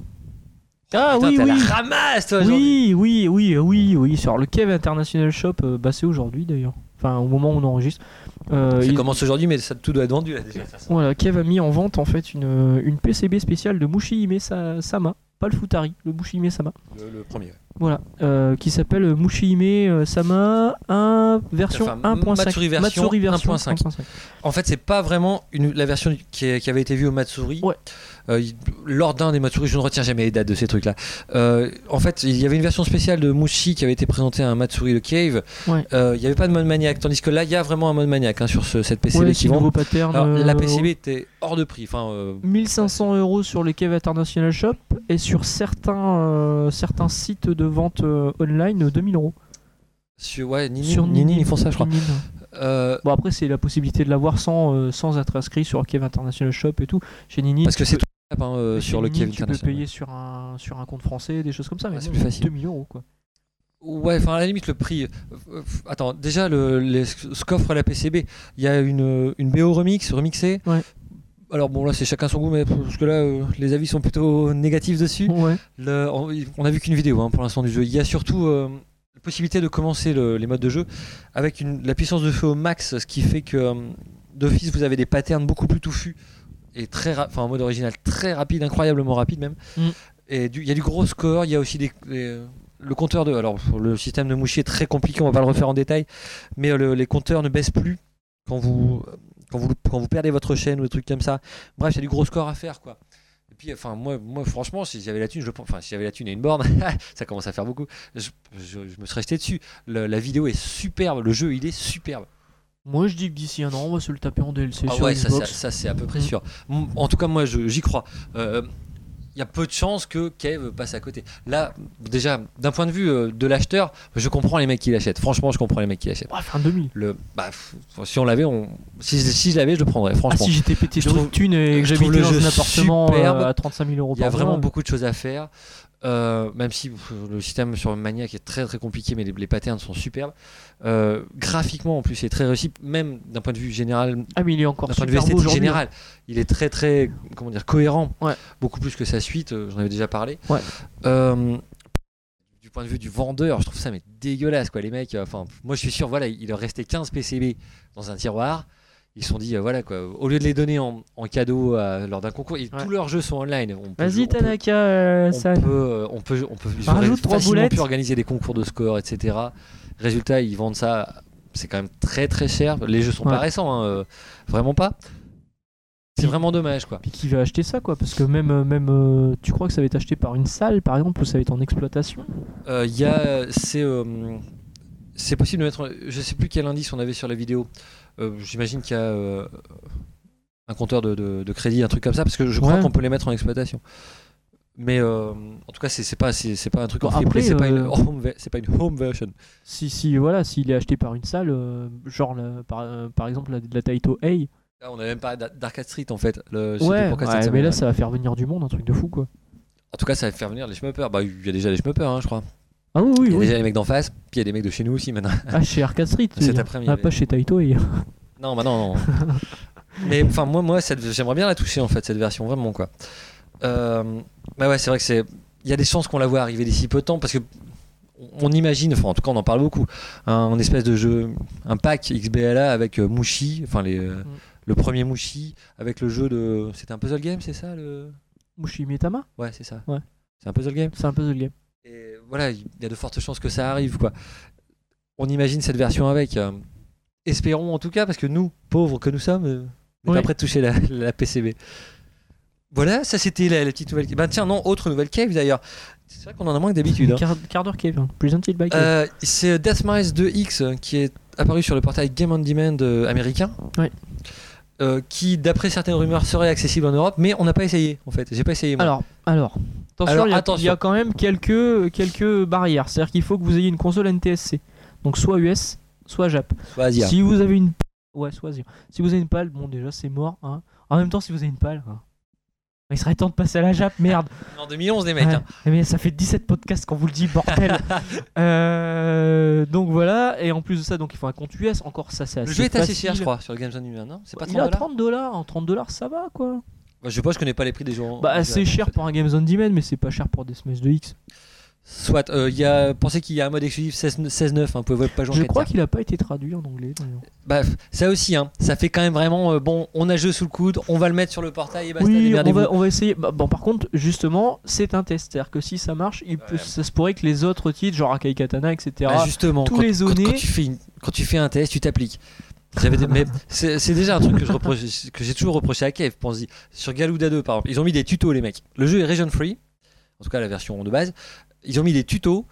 Ah Putain, oui, t'as oui. la ramasse, toi, aujourd'hui. Oui, oui, oui, oui, oui, sur le Cave International Shop, euh, bah c'est aujourd'hui d'ailleurs. Enfin, au moment où on enregistre. Euh, Ça il- commence aujourd'hui, mais ça, tout doit être vendu, là, déjà. euh, Voilà, Kev a mis en vente en fait une, une PCB spéciale de Mushi Hime Sa- Sama pas le Futari, le Bushime Sama. Le, le premier. ouais. Voilà, euh, qui s'appelle Mushihime euh, Sama un- version Enfin, 1.5. Matsuri version 1.5. 1.5. En fait, c'est pas vraiment une- la version du- qui, est- qui avait été vue au Matsuri. Ouais. Euh, il- lors d'un des Matsuri, je ne retiens jamais les dates de ces trucs-là. Euh, en fait, il y avait une version spéciale de Mushi qui avait été présentée à un Matsuri de Cave. Ouais. Euh, il n'y avait pas de mode maniaque, tandis que là, il y a vraiment un mode maniaque hein, sur ce- cette PCB Ouais, qui c'est vend. nouveau pattern. Alors, la euh, PCB était hors de prix. Enfin, euh, 1500 euros sur les caves International Shop et sur certains, euh, certains sites de vente euh, online, euh, 2000 euros. sur, ouais, Nini, Sur Nini, Nini. ils font ça, je crois. Euh, Bon, après, c'est la possibilité de l'avoir sans, euh, sans être inscrit sur Kev International Shop et tout. Chez Nini, parce tu que c'est peux- tout hein, euh, chez sur le Nini, Cave Tu peux International. payer sur un, sur un compte français, des choses comme ça. Mais Ouais, c'est bon, plus facile. 2000 euros, quoi. Ouais, enfin à la limite le prix. euh, f- Attends, déjà le, les- ce qu'offre la PCB, il y a une, une BO remix, remixée. Ouais. Alors bon là c'est chacun son goût, mais parce que là euh, les avis sont plutôt négatifs dessus. Ouais. Le- on, on a vu qu'une vidéo hein, pour l'instant du jeu. Il y a surtout euh, la possibilité de commencer le- les modes de jeu avec une, la puissance de feu au max, ce qui fait que euh, d'office vous avez des patterns beaucoup plus touffus et très ra- enfin en mode original très rapide, incroyablement rapide même. Mm. Et du- il y a du gros score, il y a aussi des, des- euh, le compteur de alors le système de mouchier est très compliqué, on va pas le refaire en détail, mais euh, le- les compteurs ne baissent plus quand vous euh, quand vous quand vous perdez votre chaîne ou des trucs comme ça. Bref, il y a du gros score à faire quoi. Et puis, enfin, moi, moi franchement, si j'avais la thune, je pense, enfin, si j'avais la thune et une borne, ça commence à faire beaucoup. Je, je- je me serais jeté dessus. Le- la vidéo est superbe, le jeu, il est superbe. Moi, je dis que d'ici un an, on va se le taper en DLC Ah sur ouais, ça, c'est- Xbox. ça, c'est à peu près Mm. sûr. M- En tout cas, moi, je- j'y crois. Euh, Il y a peu de chances que Kev passe à côté. Là, déjà, d'un point de vue euh, de l'acheteur, je comprends les mecs qui l'achètent. Franchement, je comprends les mecs qui l'achètent. Ouais, enfin, 2000. Le, bah, f- si on l'avait, on, si, si je l'avais, je le prendrais. Ah, Franchement. si j'étais pété je de trouve- thunes et que je trouve j'habitais le dans jeu un appartement euh, superbe. à 35 000 euros Il y a par mois, vraiment beaucoup de choses à faire. euh, même si pff, le système sur Maniac est très très compliqué, mais les, les patterns sont superbes. Euh, graphiquement, en plus, c'est très réussi, même d'un point de vue général, Ah, mais il est encore d'un point de vue super beau esthétique aujourd'hui. hein. général. Il est très très comment dire cohérent, Ouais. beaucoup plus que sa suite. euh, J'en avais déjà parlé. Ouais. Euh, du point de vue du vendeur, je trouve ça mais dégueulasse quoi, les mecs. euh, Enfin, moi je suis sûr, voilà, il leur restait 15 PCB dans un tiroir. Ils se sont dit, euh, voilà quoi, au lieu de les donner en, en cadeau euh, lors d'un concours, et Ouais. tous leurs jeux sont online. on peut- Vas-y, on peut- Tanaka, euh, on ça. peut, euh, on peut, on peut, Rajoute ils auraient trois facilement boulettes. pu organiser des concours de score, etc. Résultat, ils vendent ça, c'est quand même très très cher. Les jeux sont Ouais. pas récents, hein, euh, vraiment pas. C'est vraiment dommage, quoi. Puis qui va acheter ça, quoi Parce que même, euh, même euh, tu crois que ça va être acheté par une salle, par exemple, ou ça va être en exploitation Euh, Il y a, c'est, euh, c'est possible de mettre. Je sais plus quel indice on avait sur la vidéo. Euh, j'imagine qu'il y a euh, un compteur de, de- de crédit, un truc comme ça, parce que je crois Ouais. qu'on peut les mettre en exploitation. Mais euh, en tout cas, c'est, c'est pas, c'est, c'est pas un truc en Bon, free play, après, c'est, pas une euh, home ver- c'est pas une home version. Si, si, voilà, s'il est acheté par une salle, euh, genre la- par, euh, par exemple la, la Taito A. Ouais, Là, Ah, on a même pas d'Arcade Street en fait. Le, c'était ouais, pour Arcade Street, ça mais va- là ça va faire venir du monde, un truc de fou quoi. En tout cas, ça va faire venir les schmuppers. Bah, il y a déjà les schmuppers, hein, je crois. Ah oui, oui, Il y a oui. déjà les mecs d'en face, puis il y a des mecs de chez nous aussi maintenant. Ah, chez Arcade Street, tu veux Cet dire. après-midi, Ah, oui. pas chez Taito A. non, bah non, non. mais enfin, moi, moi cette- j'aimerais bien la toucher en fait, cette version, vraiment quoi. Euh, bah ouais, c'est vrai que c'est. Il y a des chances qu'on la voit arriver d'ici peu de temps parce que. On imagine, enfin en tout cas on en parle beaucoup, hein, un espèce de jeu, un pack XBLA avec euh, Mushi, enfin les, euh, Mm. le premier Mushi, avec le jeu de. C'était un puzzle game, c'est ça le... Mushi Metama Ouais, c'est ça. Ouais. C'est un puzzle game. C'est un puzzle game. Et voilà, il y a de fortes chances que ça arrive, quoi. On imagine cette version avec. euh, espérons en tout cas, parce que nous, pauvres que nous sommes, euh, on n'est Oui. pas prêts de toucher la, la PCB. Voilà, ça c'était la, la petite nouvelle. Ben tiens, non, autre nouvelle cave d'ailleurs. C'est vrai qu'on en a moins que d'habitude. hein. Quart, quart d'heure Kevin, Presented by Kevin. Euh, c'est Death Miles 2X euh, qui est apparu sur le portail Game on Demand euh, américain. Ouais. Euh, qui, d'après certaines rumeurs, serait accessible en Europe, mais on n'a pas essayé en fait. J'ai pas essayé moi. Alors, alors. Attention, Alors, il y a- il y, attention. a quand même quelques, quelques barrières. C'est-à-dire qu'il faut que vous ayez une console NTSC. Donc soit US, soit Jap. Vas-y. hein. Si vous avez une. Ouais, soit Asia. Si vous avez une pale, bon, déjà, c'est mort. hein. En même temps, si vous avez une pale. hein, Il serait temps de passer à la Jap, merde. En 2011, les mecs. Ouais. hein. Mais ça fait 17 podcasts qu'on vous le dit, bordel. Euh, donc voilà, et en plus de ça, donc il faut un compte US. Encore ça, c'est assez. Le jeu est assez facile. cher, je crois, sur le Games on Demand, non C'est pas 30 Il est à dollars 30 dollars. En 30 dollars, ça va quoi. Bah, Je sais pas, je connais pas les prix des gens. Bah, c'est cher pour un Games on Demand, mais c'est pas cher pour des Smash de X. Soit, euh, il y a, pensez qu'il y a un mode exclusif 16 16-9, hein, vous pouvez voir la page Je enquête, crois ça. qu'il a pas été traduit en anglais. d'ailleurs. Bah, ça aussi, hein, ça fait quand même vraiment, euh, bon, on a jeu sous le coude, on va le mettre sur le portail et basta, oui, on démerdez-vous. va, on va essayer. Bah, bon, par contre, justement, c'est un test. C'est-à-dire que si ça marche, il peut- Ouais. ça se pourrait que les autres titres, genre Akai Katana, etc., Bah, justement, tous quand, les quand- zonés- quand tu fais une- quand tu fais un test, tu t'appliques. J'avais des- mais c'est c'est déjà un truc que je reproche, que j'ai toujours reproché à Kev. Pense-y. Sur Galuda 2, par exemple, ils ont mis des tutos, les mecs. Le jeu est region free, en tout cas la version de base. Ils ont mis des tutos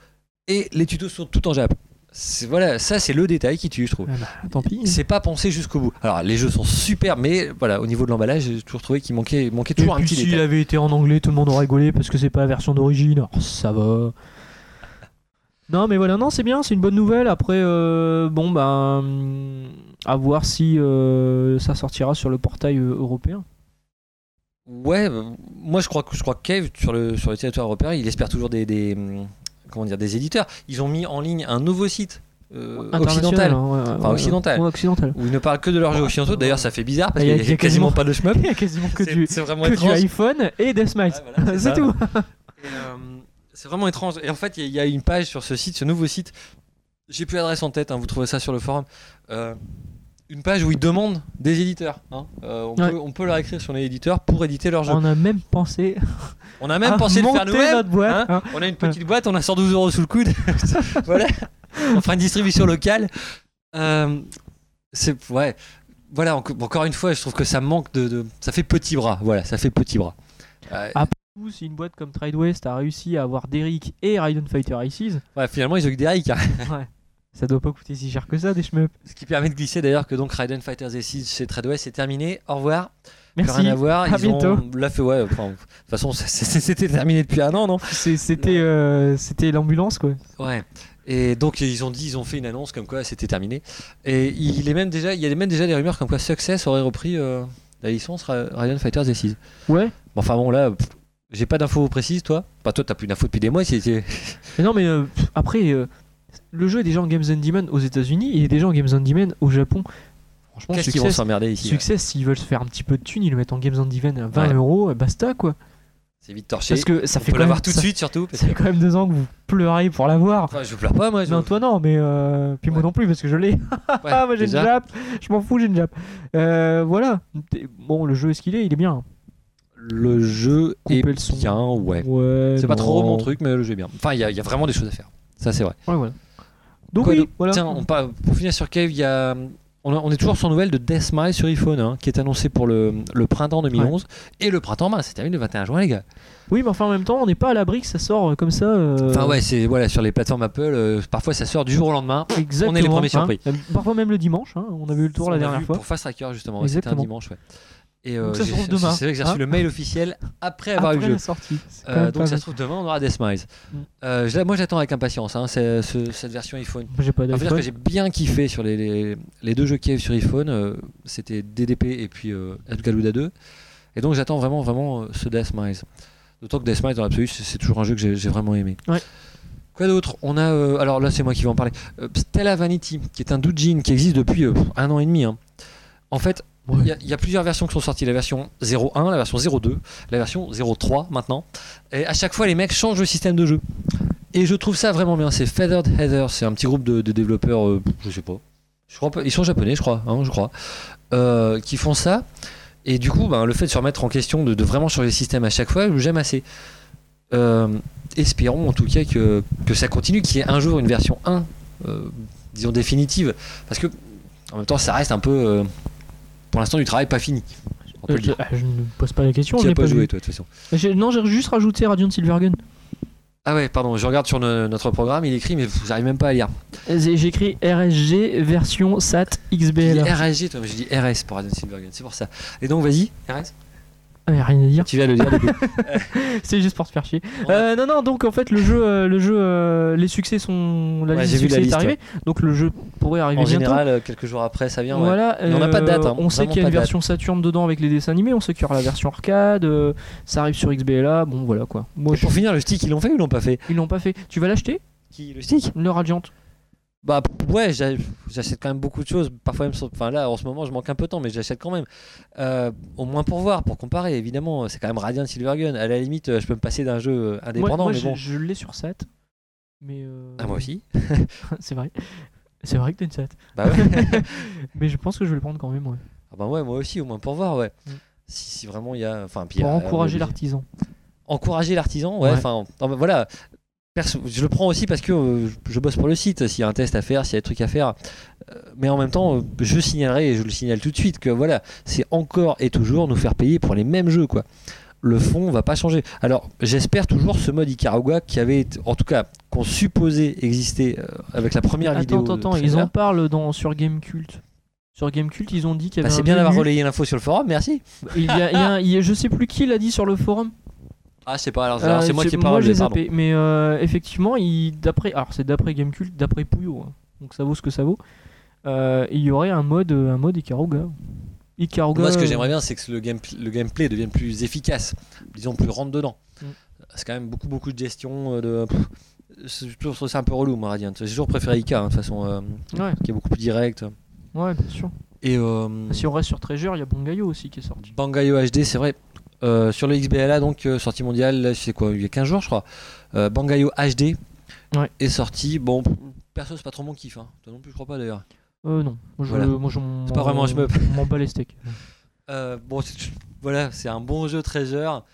et les tutos sont tout en Jap. C'est- Voilà, ça c'est le détail qui tue, je trouve. Ah, tant pis. C'est pas pensé jusqu'au bout. Alors les jeux sont super, mais voilà, au niveau de l'emballage, j'ai toujours trouvé qu'il manquait, il manquait Et toujours un puis petit s'il détail. avait été en anglais, tout le monde aurait rigolé parce que c'est pas la version d'origine. Alors, ça va. Non, mais voilà, non, c'est bien, c'est une bonne nouvelle. Après, euh, bon, bah, hum, à voir si euh, ça sortira sur le portail euh, européen. Ouais, euh, moi je crois que je crois que Cave sur le sur le territoire européen, il espère toujours des, des, hum, comment dire des éditeurs. Ils ont mis en ligne un nouveau site euh, International, occidental hein, ouais, ouais, Enfin, ouais, occidental. ouais, occidental. où ils ne parlent que de leurs jeux Ouais. occidentaux. D'ailleurs, ça fait bizarre parce Il qu'il y a- y, il y a a quasiment quasiment- pas de shmup. Il y a quasiment que C'est- du, C'est vraiment que du étrange. iPhone et Death Smiles. Ouais, Ah, voilà, c'est ça. tout. Et, euh, C'est vraiment étrange. Et en fait, il y, a- il y a une page sur ce site, ce nouveau site. J'ai plus l'adresse en tête. hein, vous trouvez ça sur le forum. Euh, une page où ils demandent des éditeurs. hein. Euh, on, Ouais. peut, on peut leur écrire sur les éditeurs pour éditer leurs jeux. On a même pensé, On a même à pensé le faire monter nous-mêmes. notre boîte. hein. On a une petite boîte, on a 112 euros sous le coude. voilà. On fera une distribution locale. Euh, c'est ouais. Voilà. enco- encore une fois, je trouve que ça manque de, de- ça fait petit bras. Voilà, ça fait petit bras. Euh, Ah. Du coup, Si une boîte comme Tradewest a réussi à avoir Derrick et Raiden Fighter Aces, ouais, finalement, ils ont que des hikes, hein. ça doit pas coûter si cher que ça des shmups. Ce qui permet de glisser d'ailleurs que donc Raiden Fighters et 6 chez Tradewest c'est terminé. Au revoir. Plus Merci. Rien à voir. À Ils ont- bientôt. Là, fait ouais. enfin, de toute façon, ça- c'est- c'était terminé depuis un an, non C'est- C'était euh, c'était l'ambulance quoi. Ouais. Et donc ils ont dit, ils ont fait une annonce comme quoi c'était terminé. Et il est même déjà, il y a même déjà des rumeurs comme quoi Success aurait repris euh, la licence Ra- Radiant Fighters et 6. Ouais. Bon, enfin bon là, pff, j'ai pas d'infos précises toi. Bah toi t'as plus d'infos depuis des mois. c'est- c'est- Mais non mais euh, pff, après euh, le jeu est déjà en Games on Demand aux États-Unis, il est déjà en Games on Demand au Japon. Franchement, Qu'est-ce qu'ils vont succès, s'emmerder ici là succès s'ils veulent se faire un petit peu de thunes, ils le mettent en Games on Demand à 20 Ouais. euros, et basta quoi. C'est vite torché. Parce que ça On fait peut quand l'avoir même tout de ça- suite surtout. Parce Ça que... fait quand même deux ans que vous pleurez pour l'avoir. Enfin, je pleure pas moi. je- Non, toi non, mais euh, puis moi Ouais. non plus parce que je l'ai. Ouais, Ah, moi j'ai une déjà. Jap, je m'en fous, j'ai une Jap. Euh, voilà. Bon, le jeu est ce qu'il est, il est bien. Le jeu Couper est le son. bien, ouais. Ouais. C'est pas non. trop mon truc, mais le jeu est bien. Enfin, il y, a- il y a vraiment des choses à faire. Ça c'est vrai. Ouais, voilà. Donc, Quoi oui, d'autre voilà. Tiens, on par- pour finir sur Cave, il y a- on, a- on est toujours sans nouvelles de Deathmile sur iPhone, hein, qui est annoncé pour le, le printemps 2011. Et le printemps, ben, c'est terminé le 21 juin, les gars. Oui, mais enfin, en même temps, on n'est pas à l'abri que ça sort euh, comme ça. euh, Enfin, ouais, c'est voilà, sur les plateformes Apple, euh, parfois ça sort du jour au lendemain. Exactement. on est les premiers hein. surpris. Euh, Parfois même le dimanche, hein, on a vu le tour On la a dernière vu fois. Pour Fast Tracker, justement, ouais, c'était un Exactement. dimanche, ouais. Et euh, Donc ça se j'ai- trouve demain, C'est vrai que j'ai reçu hein. le mail officiel après avoir Après eu le la jeu. sortie. c'est quand Euh, même pas donc ça mal. se trouve demain on aura Deathmise. Mm. Euh, je- moi j'attends avec impatience hein, c'est- ce- cette version iPhone. J'ai pas Faut dire que d'iPhone. j'ai bien kiffé sur les, les, les deux jeux qui arrivent sur iPhone. euh, C'était DDP et puis euh, El Galuda 2. Et donc j'attends vraiment, vraiment euh, ce Deathmise. D'autant que Deathmise, dans l'absolu, c'est c'est toujours un jeu que j'ai j'ai vraiment aimé. Ouais. Quoi d'autre On a. euh, alors là, c'est moi qui vais en parler. Euh, Stella Vanity, qui est un doujin qui existe depuis euh, un an et demi. hein. En fait, il Ouais. y a- il y, a plusieurs versions qui sont sorties. La version 0.1, la version 0.2, la version 0.3 maintenant. Et à chaque fois, les mecs changent le système de jeu. Et je trouve ça vraiment bien. C'est Feathered Heather, c'est un petit groupe de, de développeurs, euh, je sais pas. Je crois pas- Ils sont japonais, je crois, hein, je crois, euh, qui font ça. Et du coup, ben, le fait de se remettre en question, de, de vraiment changer le système à chaque fois, j'aime assez. Euh, espérons en tout cas que, que ça continue, qu'il y ait un jour une version 1, euh, disons définitive. Parce que, en même temps, ça reste un peu, euh, pour l'instant, du travail pas fini. On peut Euh, le dire. je- ah, je ne pose pas la question. Qui je a l'ai pas pas joué, vu. toi, de toute façon J'ai- Non, j'ai juste rajouté Radiant Silvergun. Ah ouais, pardon, je regarde sur no- notre programme, il écrit, mais pff, j'arrive même pas à lire. J'ai j'ai écrit RSG version SAT Je dis XBL. RSG, toi, mais je dis RS pour Adam Silvergun, c'est pour ça. Et donc, vas-y, RS. Ah, y a rien à dire. Tu vas le dire, du coup. C'est juste pour te faire chier. On a- Euh, non, non, donc en fait, le jeu, euh, le jeu euh, les succès sont. La Ouais, liste j'ai des vu la succès liste, est arrivée. Donc le jeu pourrait arriver En bientôt. général, euh, quelques jours après, ça vient. ouais. Voilà, euh, Mais on n'a pas de date, hein, on sait vraiment qu'il y a une pas de date. version Saturn dedans avec les dessins animés. On sait qu'il y aura la version arcade. euh, ça arrive sur XBLA. Bon, voilà quoi. Moi, Et pour je- finir, le stick, ils l'ont fait ou ils l'ont pas fait Ils l'ont pas fait. Tu vas l'acheter Qui, Le stick Le Radiant Bah p- ouais, j'a- j'achète quand même beaucoup de choses. Parfois même, sur- enfin là, en ce moment, je manque un peu de temps, mais j'achète quand même. Euh, au moins pour voir, pour comparer. Évidemment, c'est quand même Radiant Silvergun. À la limite, euh, je peux me passer d'un jeu euh, Moi, indépendant, moi, mais je, bon. je l'ai sur 7. Mais euh, Ah, moi aussi. c'est vrai. C'est vrai que t'as une sat. Bah ouais. mais je pense que je vais le prendre quand même, ouais. Ah bah ouais, moi aussi, au moins pour voir, ouais. Mm. Si, si vraiment il y a. Enfin, puis il y Pour a- encourager euh, l'artisan. Encourager l'artisan, ouais. Ouais. Enfin, non, bah voilà. Perso, je le prends aussi parce que euh, je je bosse pour le site. S'il y a un test à faire, s'il y a des trucs à faire. Euh, mais en même temps, euh, je signalerai et je le signale tout de suite que voilà, c'est encore et toujours nous faire payer pour les mêmes jeux, quoi. Le fond va pas changer. Alors, j'espère toujours ce mode Ikaruga qui avait, été- en tout cas, qu'on supposait exister euh, avec la première vidéo. Attends, attends, de attends, ils trailer. Bah, en parlent dans, sur Gamecult. Sur Gamecult, ils ont dit qu'il y Bah, avait c'est un bien d'avoir menu. relayé l'info sur le forum, merci. Il y a- il y a un- il y a- je sais plus qui l'a dit sur le forum. Ah, c'est pas, alors, alors, Euh, c'est moi qui ai pas j'ai relevé, pardon. zappé. Mais euh, effectivement, il- d'après, alors c'est d'après Gamecult, d'après Puyo, hein. donc ça vaut ce que ça vaut. Euh, il y aurait un mode, euh, un mode Ikaruga. Ikaruga. Moi, ce que euh, j'aimerais bien, c'est que le, game- le gameplay devienne plus efficace, disons plus rentre dedans. Mm. C'est quand même beaucoup, beaucoup de gestion. euh, De... pff, c'est- Je trouve ça un peu relou, moi, Radiant. J'ai toujours préféré Ika, hein, de toute façon, euh, Ouais, qui est beaucoup plus direct. ouais, bien sûr. Ah, Et euh, Si on reste sur Treasure, il y a Bongayo aussi qui est sorti. Bangayo HD, c'est vrai. euh, sur le XBLA, donc euh, sortie mondiale, là, c'est quoi Il y a 15 jours, je crois. Euh, Bangayo HD Ouais. est sorti. Bon, perso, c'est pas trop mon kiff. hein. Toi non plus, je crois pas d'ailleurs. Euh, non, moi je, Voilà. moi, je m'en- C'est pas vraiment un shmup. m'en bats les steaks. Euh, bon, c'est- voilà, c'est un bon jeu 13 heures.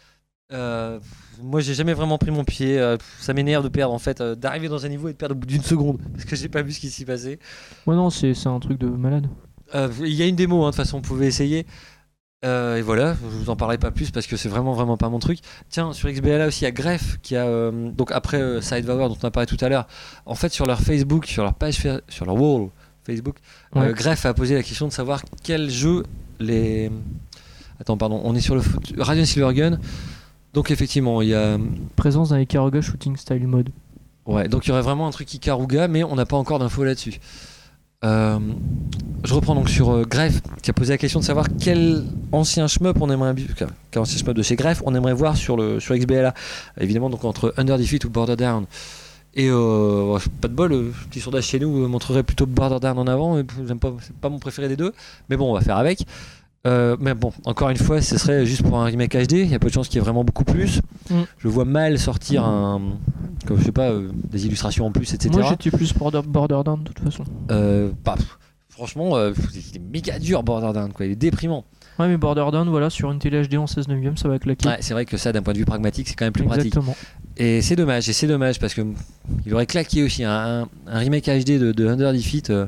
Euh, moi, j'ai jamais vraiment pris mon pied. Euh, ça m'énerve de perdre en fait, euh, d'arriver dans un niveau et de perdre au bout d'une seconde parce que j'ai pas vu ce qui s'y passait. Ouais, non, c'est c'est un truc de malade. Euh, Il y a une démo, hein, de toute façon, vous pouvez essayer. Euh, et voilà, je vous en parlerai pas plus parce que c'est vraiment vraiment pas mon truc. Tiens, sur XBLA aussi, il y a Greff qui a euh, donc après euh, Sidevour dont on a parlé tout à l'heure. En fait, sur leur Facebook, sur leur page, fa- sur leur wall Facebook, euh, Ouais. Greff a posé la question de savoir quel jeu les. Attends, pardon, on est sur le foot- Radiant Silvergun. Donc effectivement, il y a Présence d'un Ikaruga Shooting Style Mode. Ouais, donc il y aurait vraiment un truc Ikaruga, mais on n'a pas encore d'infos là-dessus. Euh, je reprends donc sur euh, Greff, qui a posé la question de savoir quel ancien shmup on aimerait bu- quel- quel ancien shmup de chez Greff on aimerait voir sur le sur XBLA. Évidemment donc entre Under Defeat ou Border Down. Et euh, ouais, pas de bol, euh, petit sondage chez nous euh, montrerait plutôt Border Down en avant. et pff, j'aime pas, c'est pas mon préféré des deux, mais bon on va faire avec. Euh, mais bon, encore une fois, ce serait juste pour un remake HD. Il y a peu de chances qu'il y ait vraiment beaucoup plus. Mm. Je vois mal sortir un, comme je sais pas, euh, des illustrations en plus, etc. Moi j'étais plus border, border Down de toute façon. Euh, bah, pff, franchement, euh, pff, il est méga dur Borderlands, quoi. Il est déprimant. Ouais, mais border Down, voilà, sur une télé HD en 16 9 ça va claquer. Ouais, c'est vrai que ça, d'un point de vue pragmatique, c'est quand même plus pratique. Exactement. Et c'est dommage, et c'est dommage parce que mm, il aurait claqué aussi un, un- un remake HD de, de Under Defeat. euh.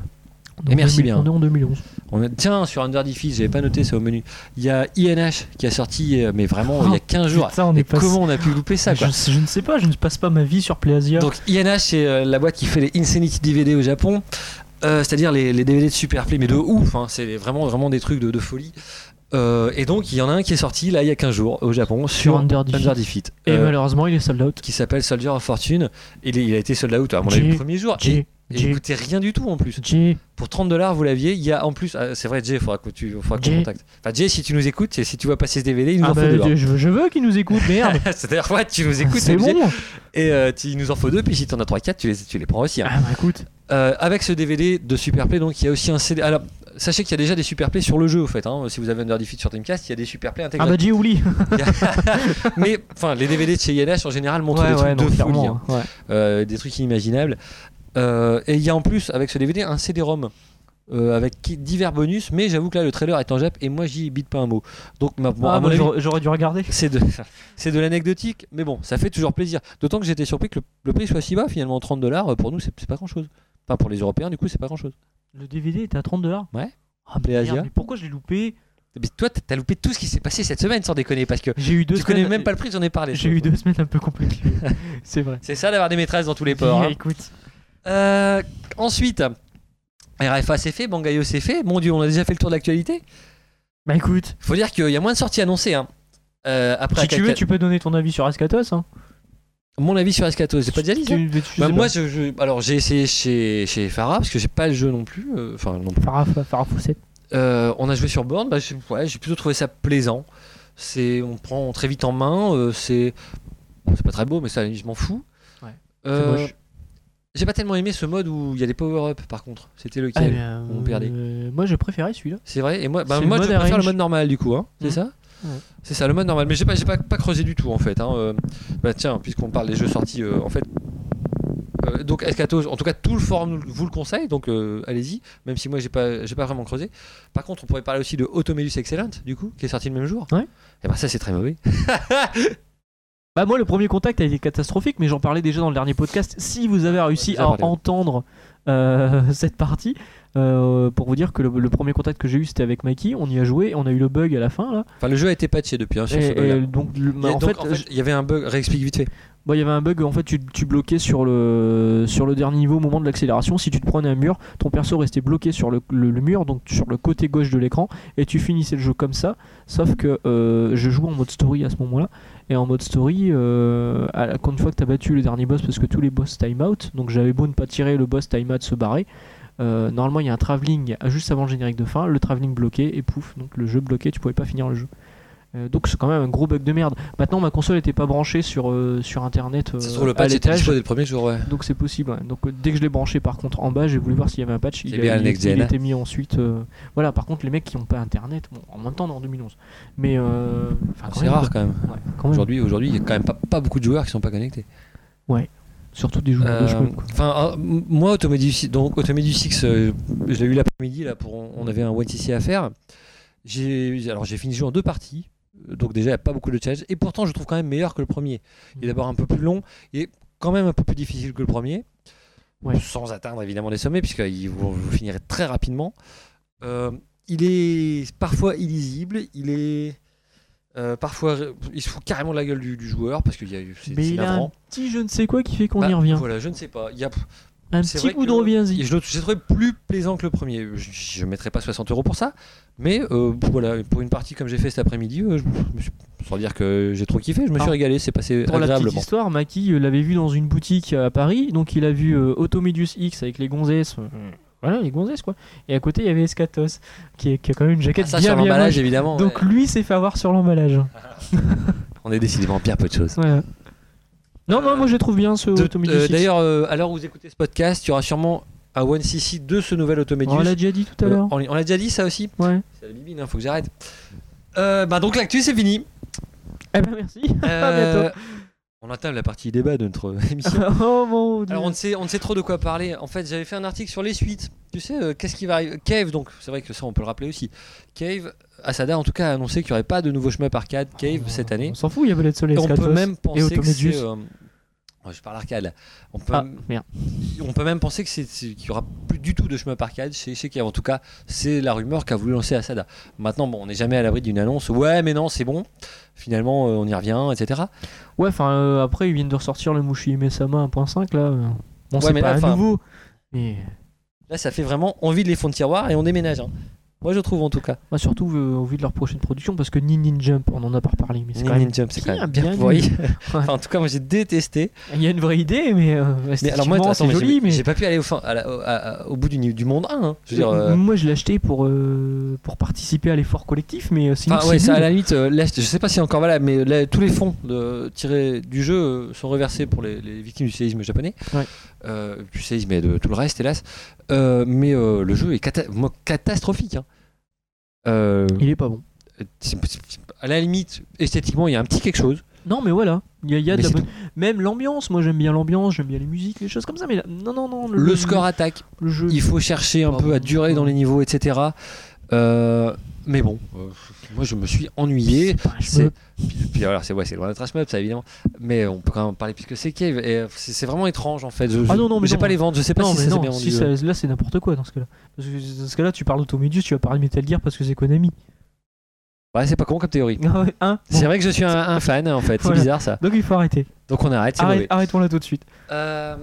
On est Et en merci 2000 bien. On est en 2011. On a- tiens, sur Under Defeat, j'avais pas noté, c'est au menu. Il y a INH qui a sorti, euh, mais vraiment, il y a 15 jours. Oh, Putain, on Et est passé- comment on a pu louper ça, je, quoi je ne sais pas, je ne passe pas ma vie sur PlayAsia. Donc INH, c'est euh, la boîte qui fait les Insanity DVD au Japon. Euh, C'est-à-dire les, les DVD de Superplay, mais de ouf, hein. c'est vraiment, vraiment des trucs de, de folie. Euh, et donc, il y en a un qui est sorti là il y a 15 jours au Japon sur Under Under Defeat. Defeat, et euh, malheureusement, il est sold out. qui s'appelle Soldier of Fortune. Il, est- il a été sold out à mon avis J- le premier jour. Et, J, et il J, coûtait rien du tout en plus. J. Pour 30 dollars, vous l'aviez. Il y a en plus, ah, c'est vrai, Jay, il faudra que tu faudra qu'on Jay. contacte. Enfin, Jay, si tu nous écoutes et si tu vois passer ce DVD, il nous Ah en faut bah, deux. hein. je, je veux- je veux qu'il nous écoute, merde. C'est d'ailleurs, ouais, tu nous écoutes, C'est obligé. bon. Et euh, tu- il nous en faut deux. Puis si t'en as 3-4, tu les, tu les prends aussi. hein. Ah bah écoute. Euh, avec ce DVD de Superplay, donc il y a aussi un CD. Alors, sachez qu'il y a déjà des Superplay sur le jeu, au fait. hein. Si vous avez Under Defeat sur Dreamcast, il y a des Superplay Ah intégrés. bah J oublie. Mais, enfin, les DVD de chez INH en général montrent des trucs non, de folie, clairement, hein. ouais. Euh, des trucs inimaginables. Euh, et il y a en plus, avec ce DVD, un CD-ROM. euh, avec qui- divers bonus, mais j'avoue que là le trailer est en Jap et moi j'y bite pas un mot. Donc ma, bon, Ah, à bah, mon avis, j'aurais- j'aurais dû regarder. c'est de, c'est de l'anecdotique, mais bon, ça fait toujours plaisir. D'autant que j'étais surpris que le, le prix soit si bas, finalement 30 dollars pour nous c'est c'est pas grand chose. Enfin pour les Européens du coup c'est pas grand chose. Le DVD était à 30 dollars. Ouais. Ah Play merde, Asia. mais pourquoi je l'ai loupé Mais toi, t'as t'as loupé tout ce qui s'est passé cette semaine sans déconner parce que J'ai eu deux tu semaines. connais même pas le prix, j'en ai parlé. J'ai toi. eu deux semaines un peu compliquées. C'est vrai. C'est ça d'avoir des maîtresses dans tous les ports. hein. Écoute, Euh, ensuite, RFA c'est fait, Bangayo c'est fait. Mon dieu, on a déjà fait le tour de l'actualité. bah écoute, Faut dire qu'il y a moins de sorties annoncées. Hein. Euh, après, si tu Akaka- veux, tu peux donner ton avis sur Ascatos. Hein. mon avis sur Escato, j'ai pas déjà dit ça. Tu- tu sais Bah, pas. moi, je, je- alors j'ai essayé chez, chez Farah parce que j'ai pas le jeu non plus. euh, Enfin, non plus. Farah, Farah Fawcett. Euh, on a joué sur borne, bah, j'ai ouais, j'ai plutôt trouvé ça plaisant. C'est, on prend très vite en main. euh, c'est, bon, c'est pas très beau, mais ça, je m'en fous. Ouais, Euh, moche. j'ai pas tellement aimé ce mode où il y a des power-up. Par contre, c'était Ah, lequel mais, euh, on perdait. euh, moi, j'ai préféré celui-là. C'est vrai. Et moi, bah, C'est le moi, je mode préfère arrange. le mode normal du coup. Hein, c'est Mhm. ça. Ouais. C'est ça, le mode normal. Mais j'ai pas, j'ai pas, pas creusé du tout en fait. hein, euh, bah tiens, puisqu'on parle des jeux sortis, euh, en fait, Euh, donc Escato, en tout cas tout le forum vous le conseille, donc euh, allez-y, même si moi j'ai pas, j'ai pas vraiment creusé. Par contre, on pourrait parler aussi de Automelus Excellent, du coup, qui est sorti le même jour. Ouais. Et ben ça c'est très mauvais. Bah moi le premier contact a été catastrophique mais j'en parlais déjà dans le dernier podcast. Si vous avez réussi déjà à parlé, ouais. entendre euh, cette partie, euh, pour vous dire que le, le premier contact que j'ai eu c'était avec Mikey, on y a joué, on a eu le bug à la fin là. Enfin, le jeu a été patché depuis. Hein, sur Et, ce bug-là. et donc, le- Il y bah, a- en donc, fait, en fait, il y avait un bug, réexplique vite fait. Bah, il y avait un bug, en fait, tu, tu bloquais sur le, sur le dernier niveau au moment de l'accélération. Si tu te prenais un mur, ton perso restait bloqué sur le, le- le mur, donc sur le côté gauche de l'écran, et tu finissais le jeu comme ça. Sauf que euh, je jouais en mode story à ce moment-là, et en mode story, euh, à la- quand une fois que tu as battu le dernier boss, parce que tous les boss time out, donc j'avais beau ne pas tirer, le boss time out se barrer. euh, normalement, il y a un travelling juste avant le générique de fin, le travelling bloqué, et pouf, donc le jeu bloqué, tu pouvais pas finir le jeu. Euh, donc c'est quand même un gros bug de merde. Maintenant ma console n'était pas branchée sur, euh, sur internet euh, Ça se trouve, le à patch était l'étage, dispo dès le premier jour, ouais. donc c'est possible. ouais. Donc euh, dès que je l'ai branché par contre en bas, j'ai voulu voir s'il y avait un patch. C'est Il, bien a, le il- next il gen. était mis ensuite. euh, voilà. Par contre les mecs qui n'ont pas internet, bon, en même temps on est en 2011. Mais euh, enfin, quand C'est même, rare quand même. quoi. Ouais, quand même. Aujourd'hui, aujourd'hui, il y a quand même pas, pas beaucoup de joueurs qui sont pas connectés. Surtout des joueurs de Euh, cheveux, quoi. Enfin, euh, m- moi, Automedi Six- donc Automedi 6, euh, je l'ai eu l'après-midi là pour on on avait un YTC à faire. J'ai alors j'ai fini le jeu en deux parties. Euh, Donc déjà, il n'y a pas beaucoup de challenges. Et pourtant, je le trouve quand même meilleur que le premier. Il est d'abord un peu plus long et quand même un peu plus difficile que le premier. Ouais. Sans atteindre évidemment les sommets, puisque vous, vous finirez très rapidement. Euh, il est parfois illisible, il est euh, parfois il se fout carrément de la gueule du, du joueur parce qu'il y a eu c'est Mais c'est il a un navrant. petit je ne sais quoi qui fait qu'on y Bah, revient. Voilà, je ne sais pas. Il y a Un c'est petit vrai coup de que- reviens-y. et je l'ai je l'ai trouvé plus plaisant que le premier. Je ne mettrais pas 60 euros pour ça, mais euh, voilà, pour une partie comme j'ai fait cet après-midi, euh, je me suis- sans dire que j'ai trop kiffé, je me suis Alors, régalé, c'est passé Ah. Pour la petite agréablement. histoire, Maki euh, l'avait vu dans une boutique euh, à Paris, donc il a vu euh, Automedius X avec les gonzesses. euh, voilà, les gonzesses quoi. Et à côté, il y avait Escatos, qui, est, qui a quand même une Ah, jaquette ça bien sur bien l'emballage moche. évidemment. Donc ouais. lui s'est fait avoir sur l'emballage. on est décidément bien peu de choses. Ouais. Non, non, Euh, moi je les trouve bien ce De- Automedius euh, X. D'ailleurs, euh, à l'heure où vous écoutez ce podcast, il y aura sûrement un One CC de ce nouvel Automedius. on l'a déjà dit tout à Euh, l'heure. on on l'a déjà dit ça aussi. Ouais. C'est la bibine, hein, faut que j'arrête. Euh, bah donc l'actu c'est fini. Eh ben merci. Euh, on atteint la partie débat de notre émission. oh mon dieu. Alors on ne sait, on ne sait trop de quoi parler. En fait, j'avais fait un article sur les suites. Tu sais, euh, qu'est-ce qui va arriver Cave, donc c'est vrai que ça, on peut le rappeler aussi. Cave, Asada en tout cas a annoncé qu'il n'y aurait pas de nouveau shmup arcade Cave cette année. Ah, On s'en fout, il y avait l'aide soleil. Et on peut Escatos. même penser que c'est. Automedius. euh, ouais, je parle arcade. On peut, Ah, merde. on peut même penser que c'est- c'est- qu'il n'y aura plus du tout de shmup arcade chez, chez Cave. En tout cas, c'est la rumeur qu'a voulu lancer Asada. Maintenant, bon, on n'est jamais à l'abri d'une annonce. Ouais, mais non, c'est bon. Finalement, euh, on y revient, etc. Ouais, enfin euh, après, ils viennent de ressortir le Mushi Mesama 1.5 là. euh. Bon, Ouais, c'est mais pas là, un enfin- nouveau. Mais Là, ça fait vraiment envie de les fonds de tiroir et on déménage. hein. Moi, je trouve en tout cas. Bah, surtout euh, au vu de leur prochaine production, parce que Ninja Jump, on en a pas reparlé, mais c'est quand même. Ninja Jump, c'est quand bien, même bien bien pourri. nul. Enfin, en tout cas, moi j'ai détesté. Il y a une vraie idée, mais. euh, Mais alors, esthétiquement, moi, attends, c'est mais j'ai- joli, mais. j'ai pas pu aller au, fin- à la- au- à- au bout du, ni- du monde 1. hein. Je veux dire, euh, Moi, je l'ai acheté pour, euh, pour participer à l'effort collectif, mais euh, sinon. enfin, c'est ouais, ça, à nul. la limite, euh, là, je sais pas si c'est encore valable, mais là, tous les fonds de- tirés du jeu euh, sont reversés pour les, les victimes du séisme japonais. Ouais. Euh, du séisme et de tout le reste, hélas. Euh, mais euh, le jeu est cata- moi, catastrophique. hein. Euh, Il est pas bon. c'est- c'est- c'est- à la limite, esthétiquement, il y a un petit quelque chose. Non, mais voilà. Il y a, il y a de mais la c'est bonne- Même l'ambiance, moi j'aime bien l'ambiance, j'aime bien les musiques, les choses comme ça, mais là- non, non, non. tout. le score attaque. le jeu. il faut chercher un Ah peu bon, à durer dans les niveaux, etc. Euh, mais bon, euh, moi je me suis ennuyé. C'est pas un C'est jeu. puis- puis alors c'est ouais, c'est loin d'être un shmup, ça évidemment. Mais on peut quand même parler plus que c'est Cave. Et euh, c'est c'est vraiment étrange en fait. Je, Ah non, non, mais j'ai non. pas les ventes, je sais pas Non, si mais ça s'est non, bien euh. si vendu. ça- là c'est n'importe quoi dans ce cas-là. Parce que dans ce cas-là, tu parles d'Automedius, tu vas parler de Metal Gear parce que c'est Konami. Ouais, c'est pas con comme théorie. Ah ouais, hein Bon. C'est vrai que je suis un, un fan en fait, c'est Voilà. Ah bizarre ça. Donc il faut arrêter. Donc on arrête, c'est Arrête- mauvais. Arrêtons là tout de suite. Euh,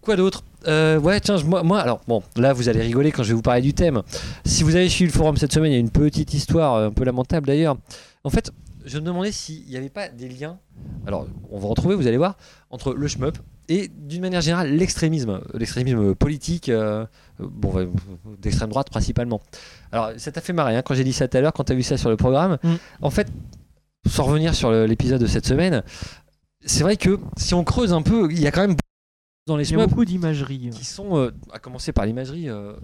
quoi d'autre Euh, Ouais, tiens, je- moi, moi, alors bon, là vous allez rigoler quand je vais vous parler du thème. Si vous avez suivi le forum cette semaine, il y a une petite histoire, euh, un peu lamentable d'ailleurs. En fait, je me demandais s'il n'y avait pas des liens, alors on va retrouver, vous allez voir, entre le shmup et d'une manière générale l'extrémisme, l'extrémisme politique, euh, euh, bon, ouais, d'extrême droite principalement. Alors ça t'a fait marrer hein, quand j'ai dit ça tout à l'heure, quand t'as vu ça sur le programme. Mm. En fait, sans revenir sur le- l'épisode de cette semaine, c'est vrai que si on creuse un peu, il y a quand même beaucoup dans les Il y a shmups beaucoup d'imagerie. qui sont, euh, à commencer par l'imagerie, euh,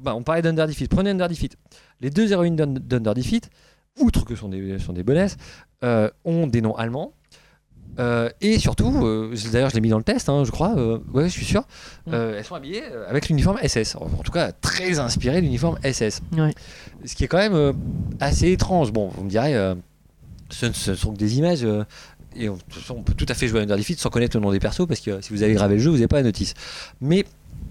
bah, on parlait d'Under Defeat. Prenez Under Defeat. Les deux héroïnes d'Un- d'Under Defeat, outre que sont des, sont des bonnes, euh, ont des noms allemands. Euh, et surtout, euh, je- d'ailleurs, je l'ai mis dans le test, hein, je crois, euh, ouais, je suis sûr, euh, elles sont habillées euh, avec l'uniforme SS. En tout cas, très inspiré de l'uniforme SS. Ouais. Ce qui est quand même euh, assez étrange. Bon, vous me direz, euh, ce ne ce sont que des images. euh, et on, de toute façon, on peut tout à fait jouer à Under Defeat sans connaître le nom des persos, parce que euh, si vous avez gravé le jeu, vous n'avez pas la notice. Mais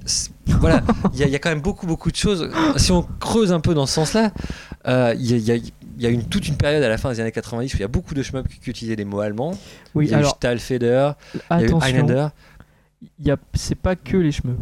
c'est- voilà, il y, a- il y a quand même beaucoup, beaucoup de choses. Si on creuse un peu dans ce sens-là, euh, il y a, il y a- il y a une, toute une période à la fin des années 90 où il y a beaucoup de shmups qui, qui utilisaient des mots allemands. il Oui, y a eu alors Stahlfeder, il y a eu attention, Highlander. il y a- c'est pas que les chemeux.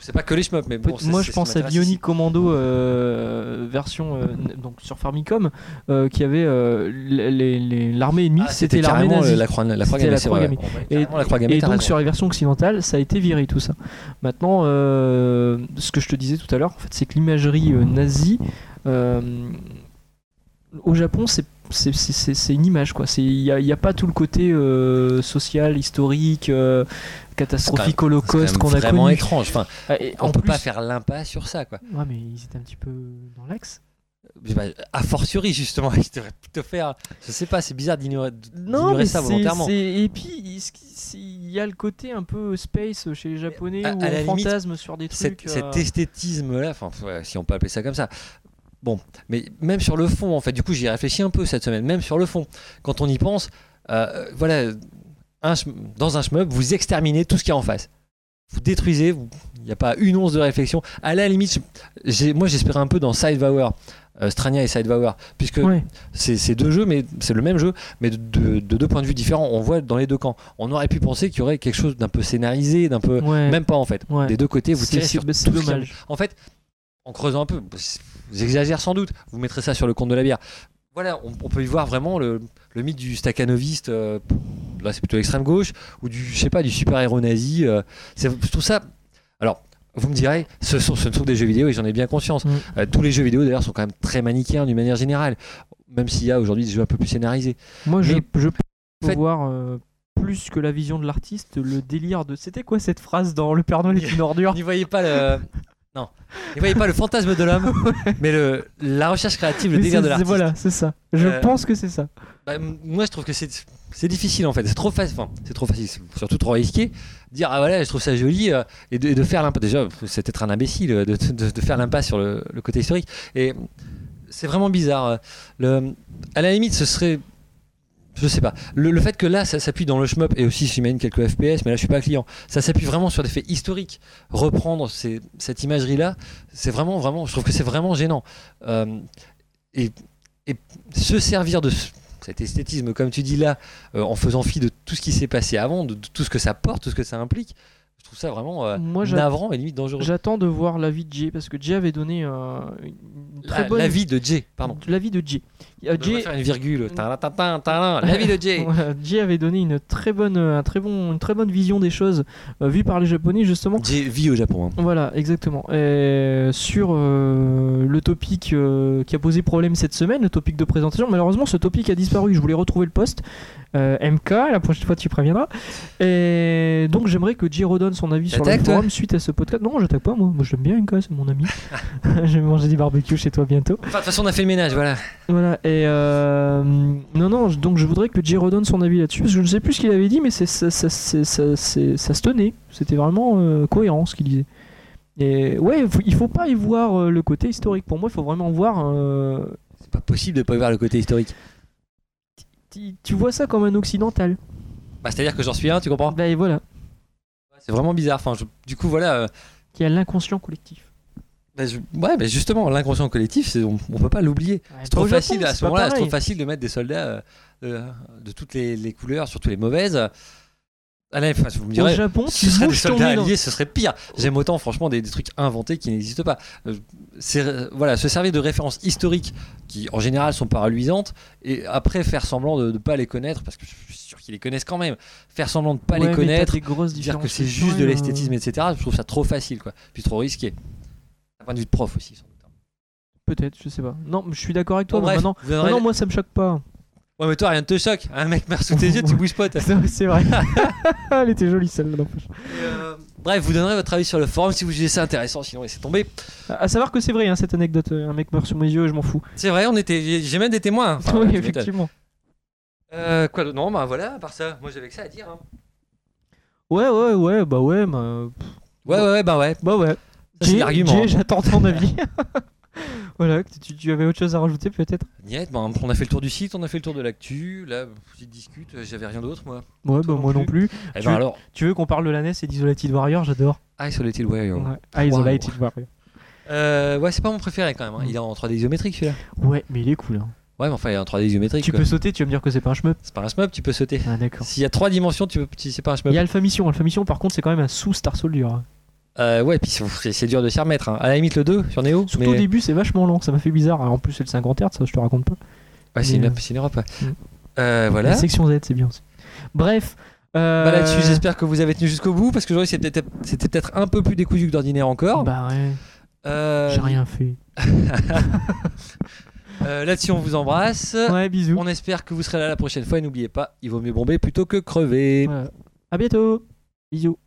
C'est pas que les shmups, mais bon, c'est- Moi, c'est- je ça pense à m'intéresse Bionic ici. Commando euh, version euh, n- donc sur Famicom euh, qui avait euh, les- les- les- l'armée ennemie, Ah, c'était l'armée carrément nazie. La croix, la C'était croix gammée, la c'est croix vrai. gammée. Ouais, Et, carrément, la croix gammée, et t'as donc raison. sur la version occidentale, ça a été viré tout ça. Maintenant, euh, ce que je te disais tout à l'heure, en fait, c'est que l'imagerie euh, nazie euh, au Japon, c'est c'est- c'est- c'est- c'est une image quoi. C'est- Il n'y a, il y a pas tout le côté euh, social, historique, euh, C'est catastrophique, holocauste C'est quand qu'on même a vraiment connu. étrange. Enfin, Ah, et on en peut plus- pas faire l'impasse sur ça, quoi. Ouais, mais ils étaient un petit peu dans l'axe. Je sais pas, A fortiori, justement, je devrais plutôt faire. Je sais pas, c'est bizarre d'ignorer Non, mais d'ignorer ça c'est- volontairement. c'est- Et puis, il ce qui- c'est- il y a le côté un peu space chez les Japonais à- où à la on limite, fantasme sur des trucs. Cet, cet euh, esthétisme-là, enfin, ouais, si on peut appeler ça comme ça. Bon, mais même sur le fond, en fait, du coup, j'y ai réfléchi un peu cette semaine. Même sur le fond, quand on y pense, euh, voilà, un schm- dans un shmup, vous exterminez tout ce qu'il y a en face. Vous détruisez, vous- il n'y a pas une once de réflexion. À la limite, je- j'ai- moi j'espérais un peu dans Sidevauer, euh, Strania et Sidevauer, puisque ouais. c'est c'est deux jeux, mais c'est le même jeu, mais de, de- de deux points de vue différents. On voit dans les deux camps. On aurait pu penser qu'il y aurait quelque chose d'un peu scénarisé, d'un peu. Ouais. Même pas en fait. Ouais. Des deux côtés, vous C'est- tirez c'est- sur bah, c'est tout ce qu'il y a. dommage. En fait, en creusant un peu, j'exagère sans doute, vous mettrez ça sur le compte de la bière. Voilà, on, on peut y voir vraiment le, le mythe du staccanoviste, euh, là c'est plutôt l'extrême gauche, ou du, je sais pas, du super-héros nazi. euh, c'est- je trouve ça. Alors, vous me direz, ce, sont, ce ne sont que des jeux vidéo et j'en ai bien conscience. Mm. Euh, tous les jeux vidéo d'ailleurs sont quand même très manichéens d'une manière générale, même s'il y a aujourd'hui des jeux un peu plus scénarisés. Moi, je, Mais- je peux Faites- voir euh, plus que la vision de l'artiste, le délire de. C'était quoi cette phrase dans Le Père Noël est une ordure N'y voyez pas le. Non. N'y voyez pas le fantasme de l'homme, mais le, la recherche créative, le Mais délire c'est- de c'est- l'artiste. Voilà, c'est ça. Je Euh, pense que c'est ça. Bah, m- moi, je trouve que c'est c'est difficile en fait. C'est trop facile. Enfin, c'est trop facile. c'est Surtout trop risqué. Dire ah voilà, je trouve ça joli euh, et, de, et de faire l'impasse. Déjà, c'est peut-être un imbécile euh, de, de- de faire l'impasse sur le, le côté historique. Et c'est vraiment bizarre. euh, Le, à la limite, ce serait je sais pas. Le, le fait que là, ça s'appuie dans le shmup et aussi j'imagine quelques FPS, mais là je suis pas client. Ça s'appuie vraiment sur des faits historiques. Reprendre ces- cette imagerie-là, c'est vraiment, vraiment. Je trouve que c'est vraiment gênant. Euh, et, et se servir de ce- cet esthétisme, comme tu dis là, euh, en faisant fi de tout ce qui s'est passé avant, de, de tout ce que ça porte, tout ce que ça implique, je trouve ça vraiment euh, Moi, j'a- navrant et limite dangereux. J'attends de voir l'avis de Jay parce que Jay avait donné euh, une très La, bonne. la vie de Jay, pardon. L'avis de Jay. Euh, Je devrais Jay faire une virgule. Tintin, tintin, La vie de Jay. Ouais, Jay avait donné une très bonne, euh, un très bon, une très bonne vision des choses euh, vue par les Japonais justement. Jay vit au Japon. hein. Voilà, exactement. Et sur euh, le topic euh, qui a posé problème cette semaine, le topic de présentation, malheureusement ce topic a disparu. Je voulais retrouver le poste. Euh, MK, la prochaine fois tu préviendras. Et donc j'aimerais que Jay redonne son avis sur le T'attaques, toi forum suite à ce podcast. Non, j'attaque pas moi. Moi j'aime bien MK, c'est mon ami. je vais manger du barbecue chez toi bientôt. Enfin, de toute façon, on a fait le ménage, voilà. Voilà, et euh, non, non, je- donc je voudrais que Jay redonne son avis là-dessus, parce que je ne sais plus ce qu'il avait dit, mais c'est, ça, ça- c'est- ça- c'est- ça se tenait, c'était vraiment euh, cohérent ce qu'il disait. Et ouais, faut- il faut pas y voir euh, le côté historique, pour moi, il faut vraiment voir. euh, C'est pas possible de pas voir le côté historique. tu- tu vois ça comme un occidental. Bah, c'est-à-dire que j'en suis un, tu comprends Bah, et voilà, C'est vraiment bizarre. Enfin, je- du coup, voilà. euh, qui a l'inconscient collectif. bah, je- ouais, mais justement, l'inconscient collectif, c'est- on, on peut pas l'oublier. C'est trop facile à ce moment-là. C'est trop facile de mettre des soldats euh, euh, de toutes les, les couleurs, surtout les mauvaises. Allez, enfin, vous me Au direz. Japon, tu Si ce serait des bouges ton soldats nez dans- alliés, ce serait pire. J'aime autant, franchement, des, des trucs inventés qui n'existent pas. Euh, c'est- euh, voilà, se servir de références historiques qui, en général, sont pas reluisantes, et après faire semblant de ne pas les connaître, parce que je suis sûr qu'ils les connaissent quand même. Faire semblant de ne pas Ouais, mais les t'as connaître, des grosses dire que différences c'est juste de culturelles, l'esthétisme, euh, etc. Je trouve ça trop facile, quoi. Puis trop risqué. D'un point de vue de prof aussi, sans doute. Peut-être, je sais pas. Non, je suis d'accord avec toi, Bon, mais bref, maintenant- vous aurez- maintenant, moi ça me choque pas. hein. Ouais, mais toi, rien ne te choque. Un mec meurt sous tes yeux, tu bouges pas. t'as- C'est c'est vrai. Elle était jolie celle-là. n'empêche. Euh, bref, vous donnerez votre avis sur le forum si vous jugez ça intéressant, sinon laissez tomber. À à savoir que c'est vrai hein, cette anecdote. euh, Un mec meurt sous mes yeux, je m'en fous. C'est vrai, on était, j'ai j'ai même des témoins. hein. Enfin, oui, tu m'étonnes. effectivement. Euh, quoi d'autre Non, bah voilà, à part ça, moi j'avais que ça à dire. hein. Ouais, ouais, ouais, bah ouais, bah, Ouais, ouais, ouais, bah ouais. bah ouais. C'est Jay, l'argument. hein. Jay, j'attends ton avis. voilà, que tu, tu avais autre chose à rajouter peut-être Niet, bah, on a fait le tour du site, on a fait le tour de l'actu. Là, petite discute, euh, j'avais rien d'autre moi. Ouais, Toi bah non moi non plus. Eh Tu ben veux- alors, Tu veux qu'on parle de la NES et d'Isolated Warrior J'adore. Isolated Warrior. Ouais. Ah, Isolated Warrior. oh. Euh, ouais, c'est pas mon préféré quand même. hein. Il est en 3D isométrique celui-là. Ouais, mais il est cool. hein. Ouais, mais enfin, il est en 3D isométrique. Tu quoi. peux sauter, tu vas me dire que c'est pas un shmup. C'est pas un shmup, tu peux sauter. Ah, d'accord. S'il y a trois dimensions, tu peux... tu- c'est pas un Il shmup. y a Alpha Mission. Alpha Mission, par contre, c'est quand même un sous-Star Soldier. hein. Euh, ouais, puis c'est- c'est c'est dur de s'y remettre. hein. À la limite, le 2 sur Neo. Surtout mais... au début, c'est vachement long. Ça m'a fait bizarre. Ah, En plus, c'est le 50 Hz, ça, je te raconte pas. Ouais, c'est Mais, une, euh, c'est une Europe. ouais. Mm. Euh, voilà. La section Z, c'est bien aussi. Bref. euh, Bah, là-dessus, j'espère que vous avez tenu jusqu'au bout parce que aujourd'hui, c'était peut-être- c'était peut-être un peu plus décousu que d'ordinaire encore. Bah ouais, Euh, j'ai rien fait. euh, là-dessus, on vous embrasse. Ouais, bisous. Ah. On espère que vous serez là la prochaine fois et n'oubliez pas, il vaut mieux bomber plutôt que crever. Voilà. À bientôt. Bisous.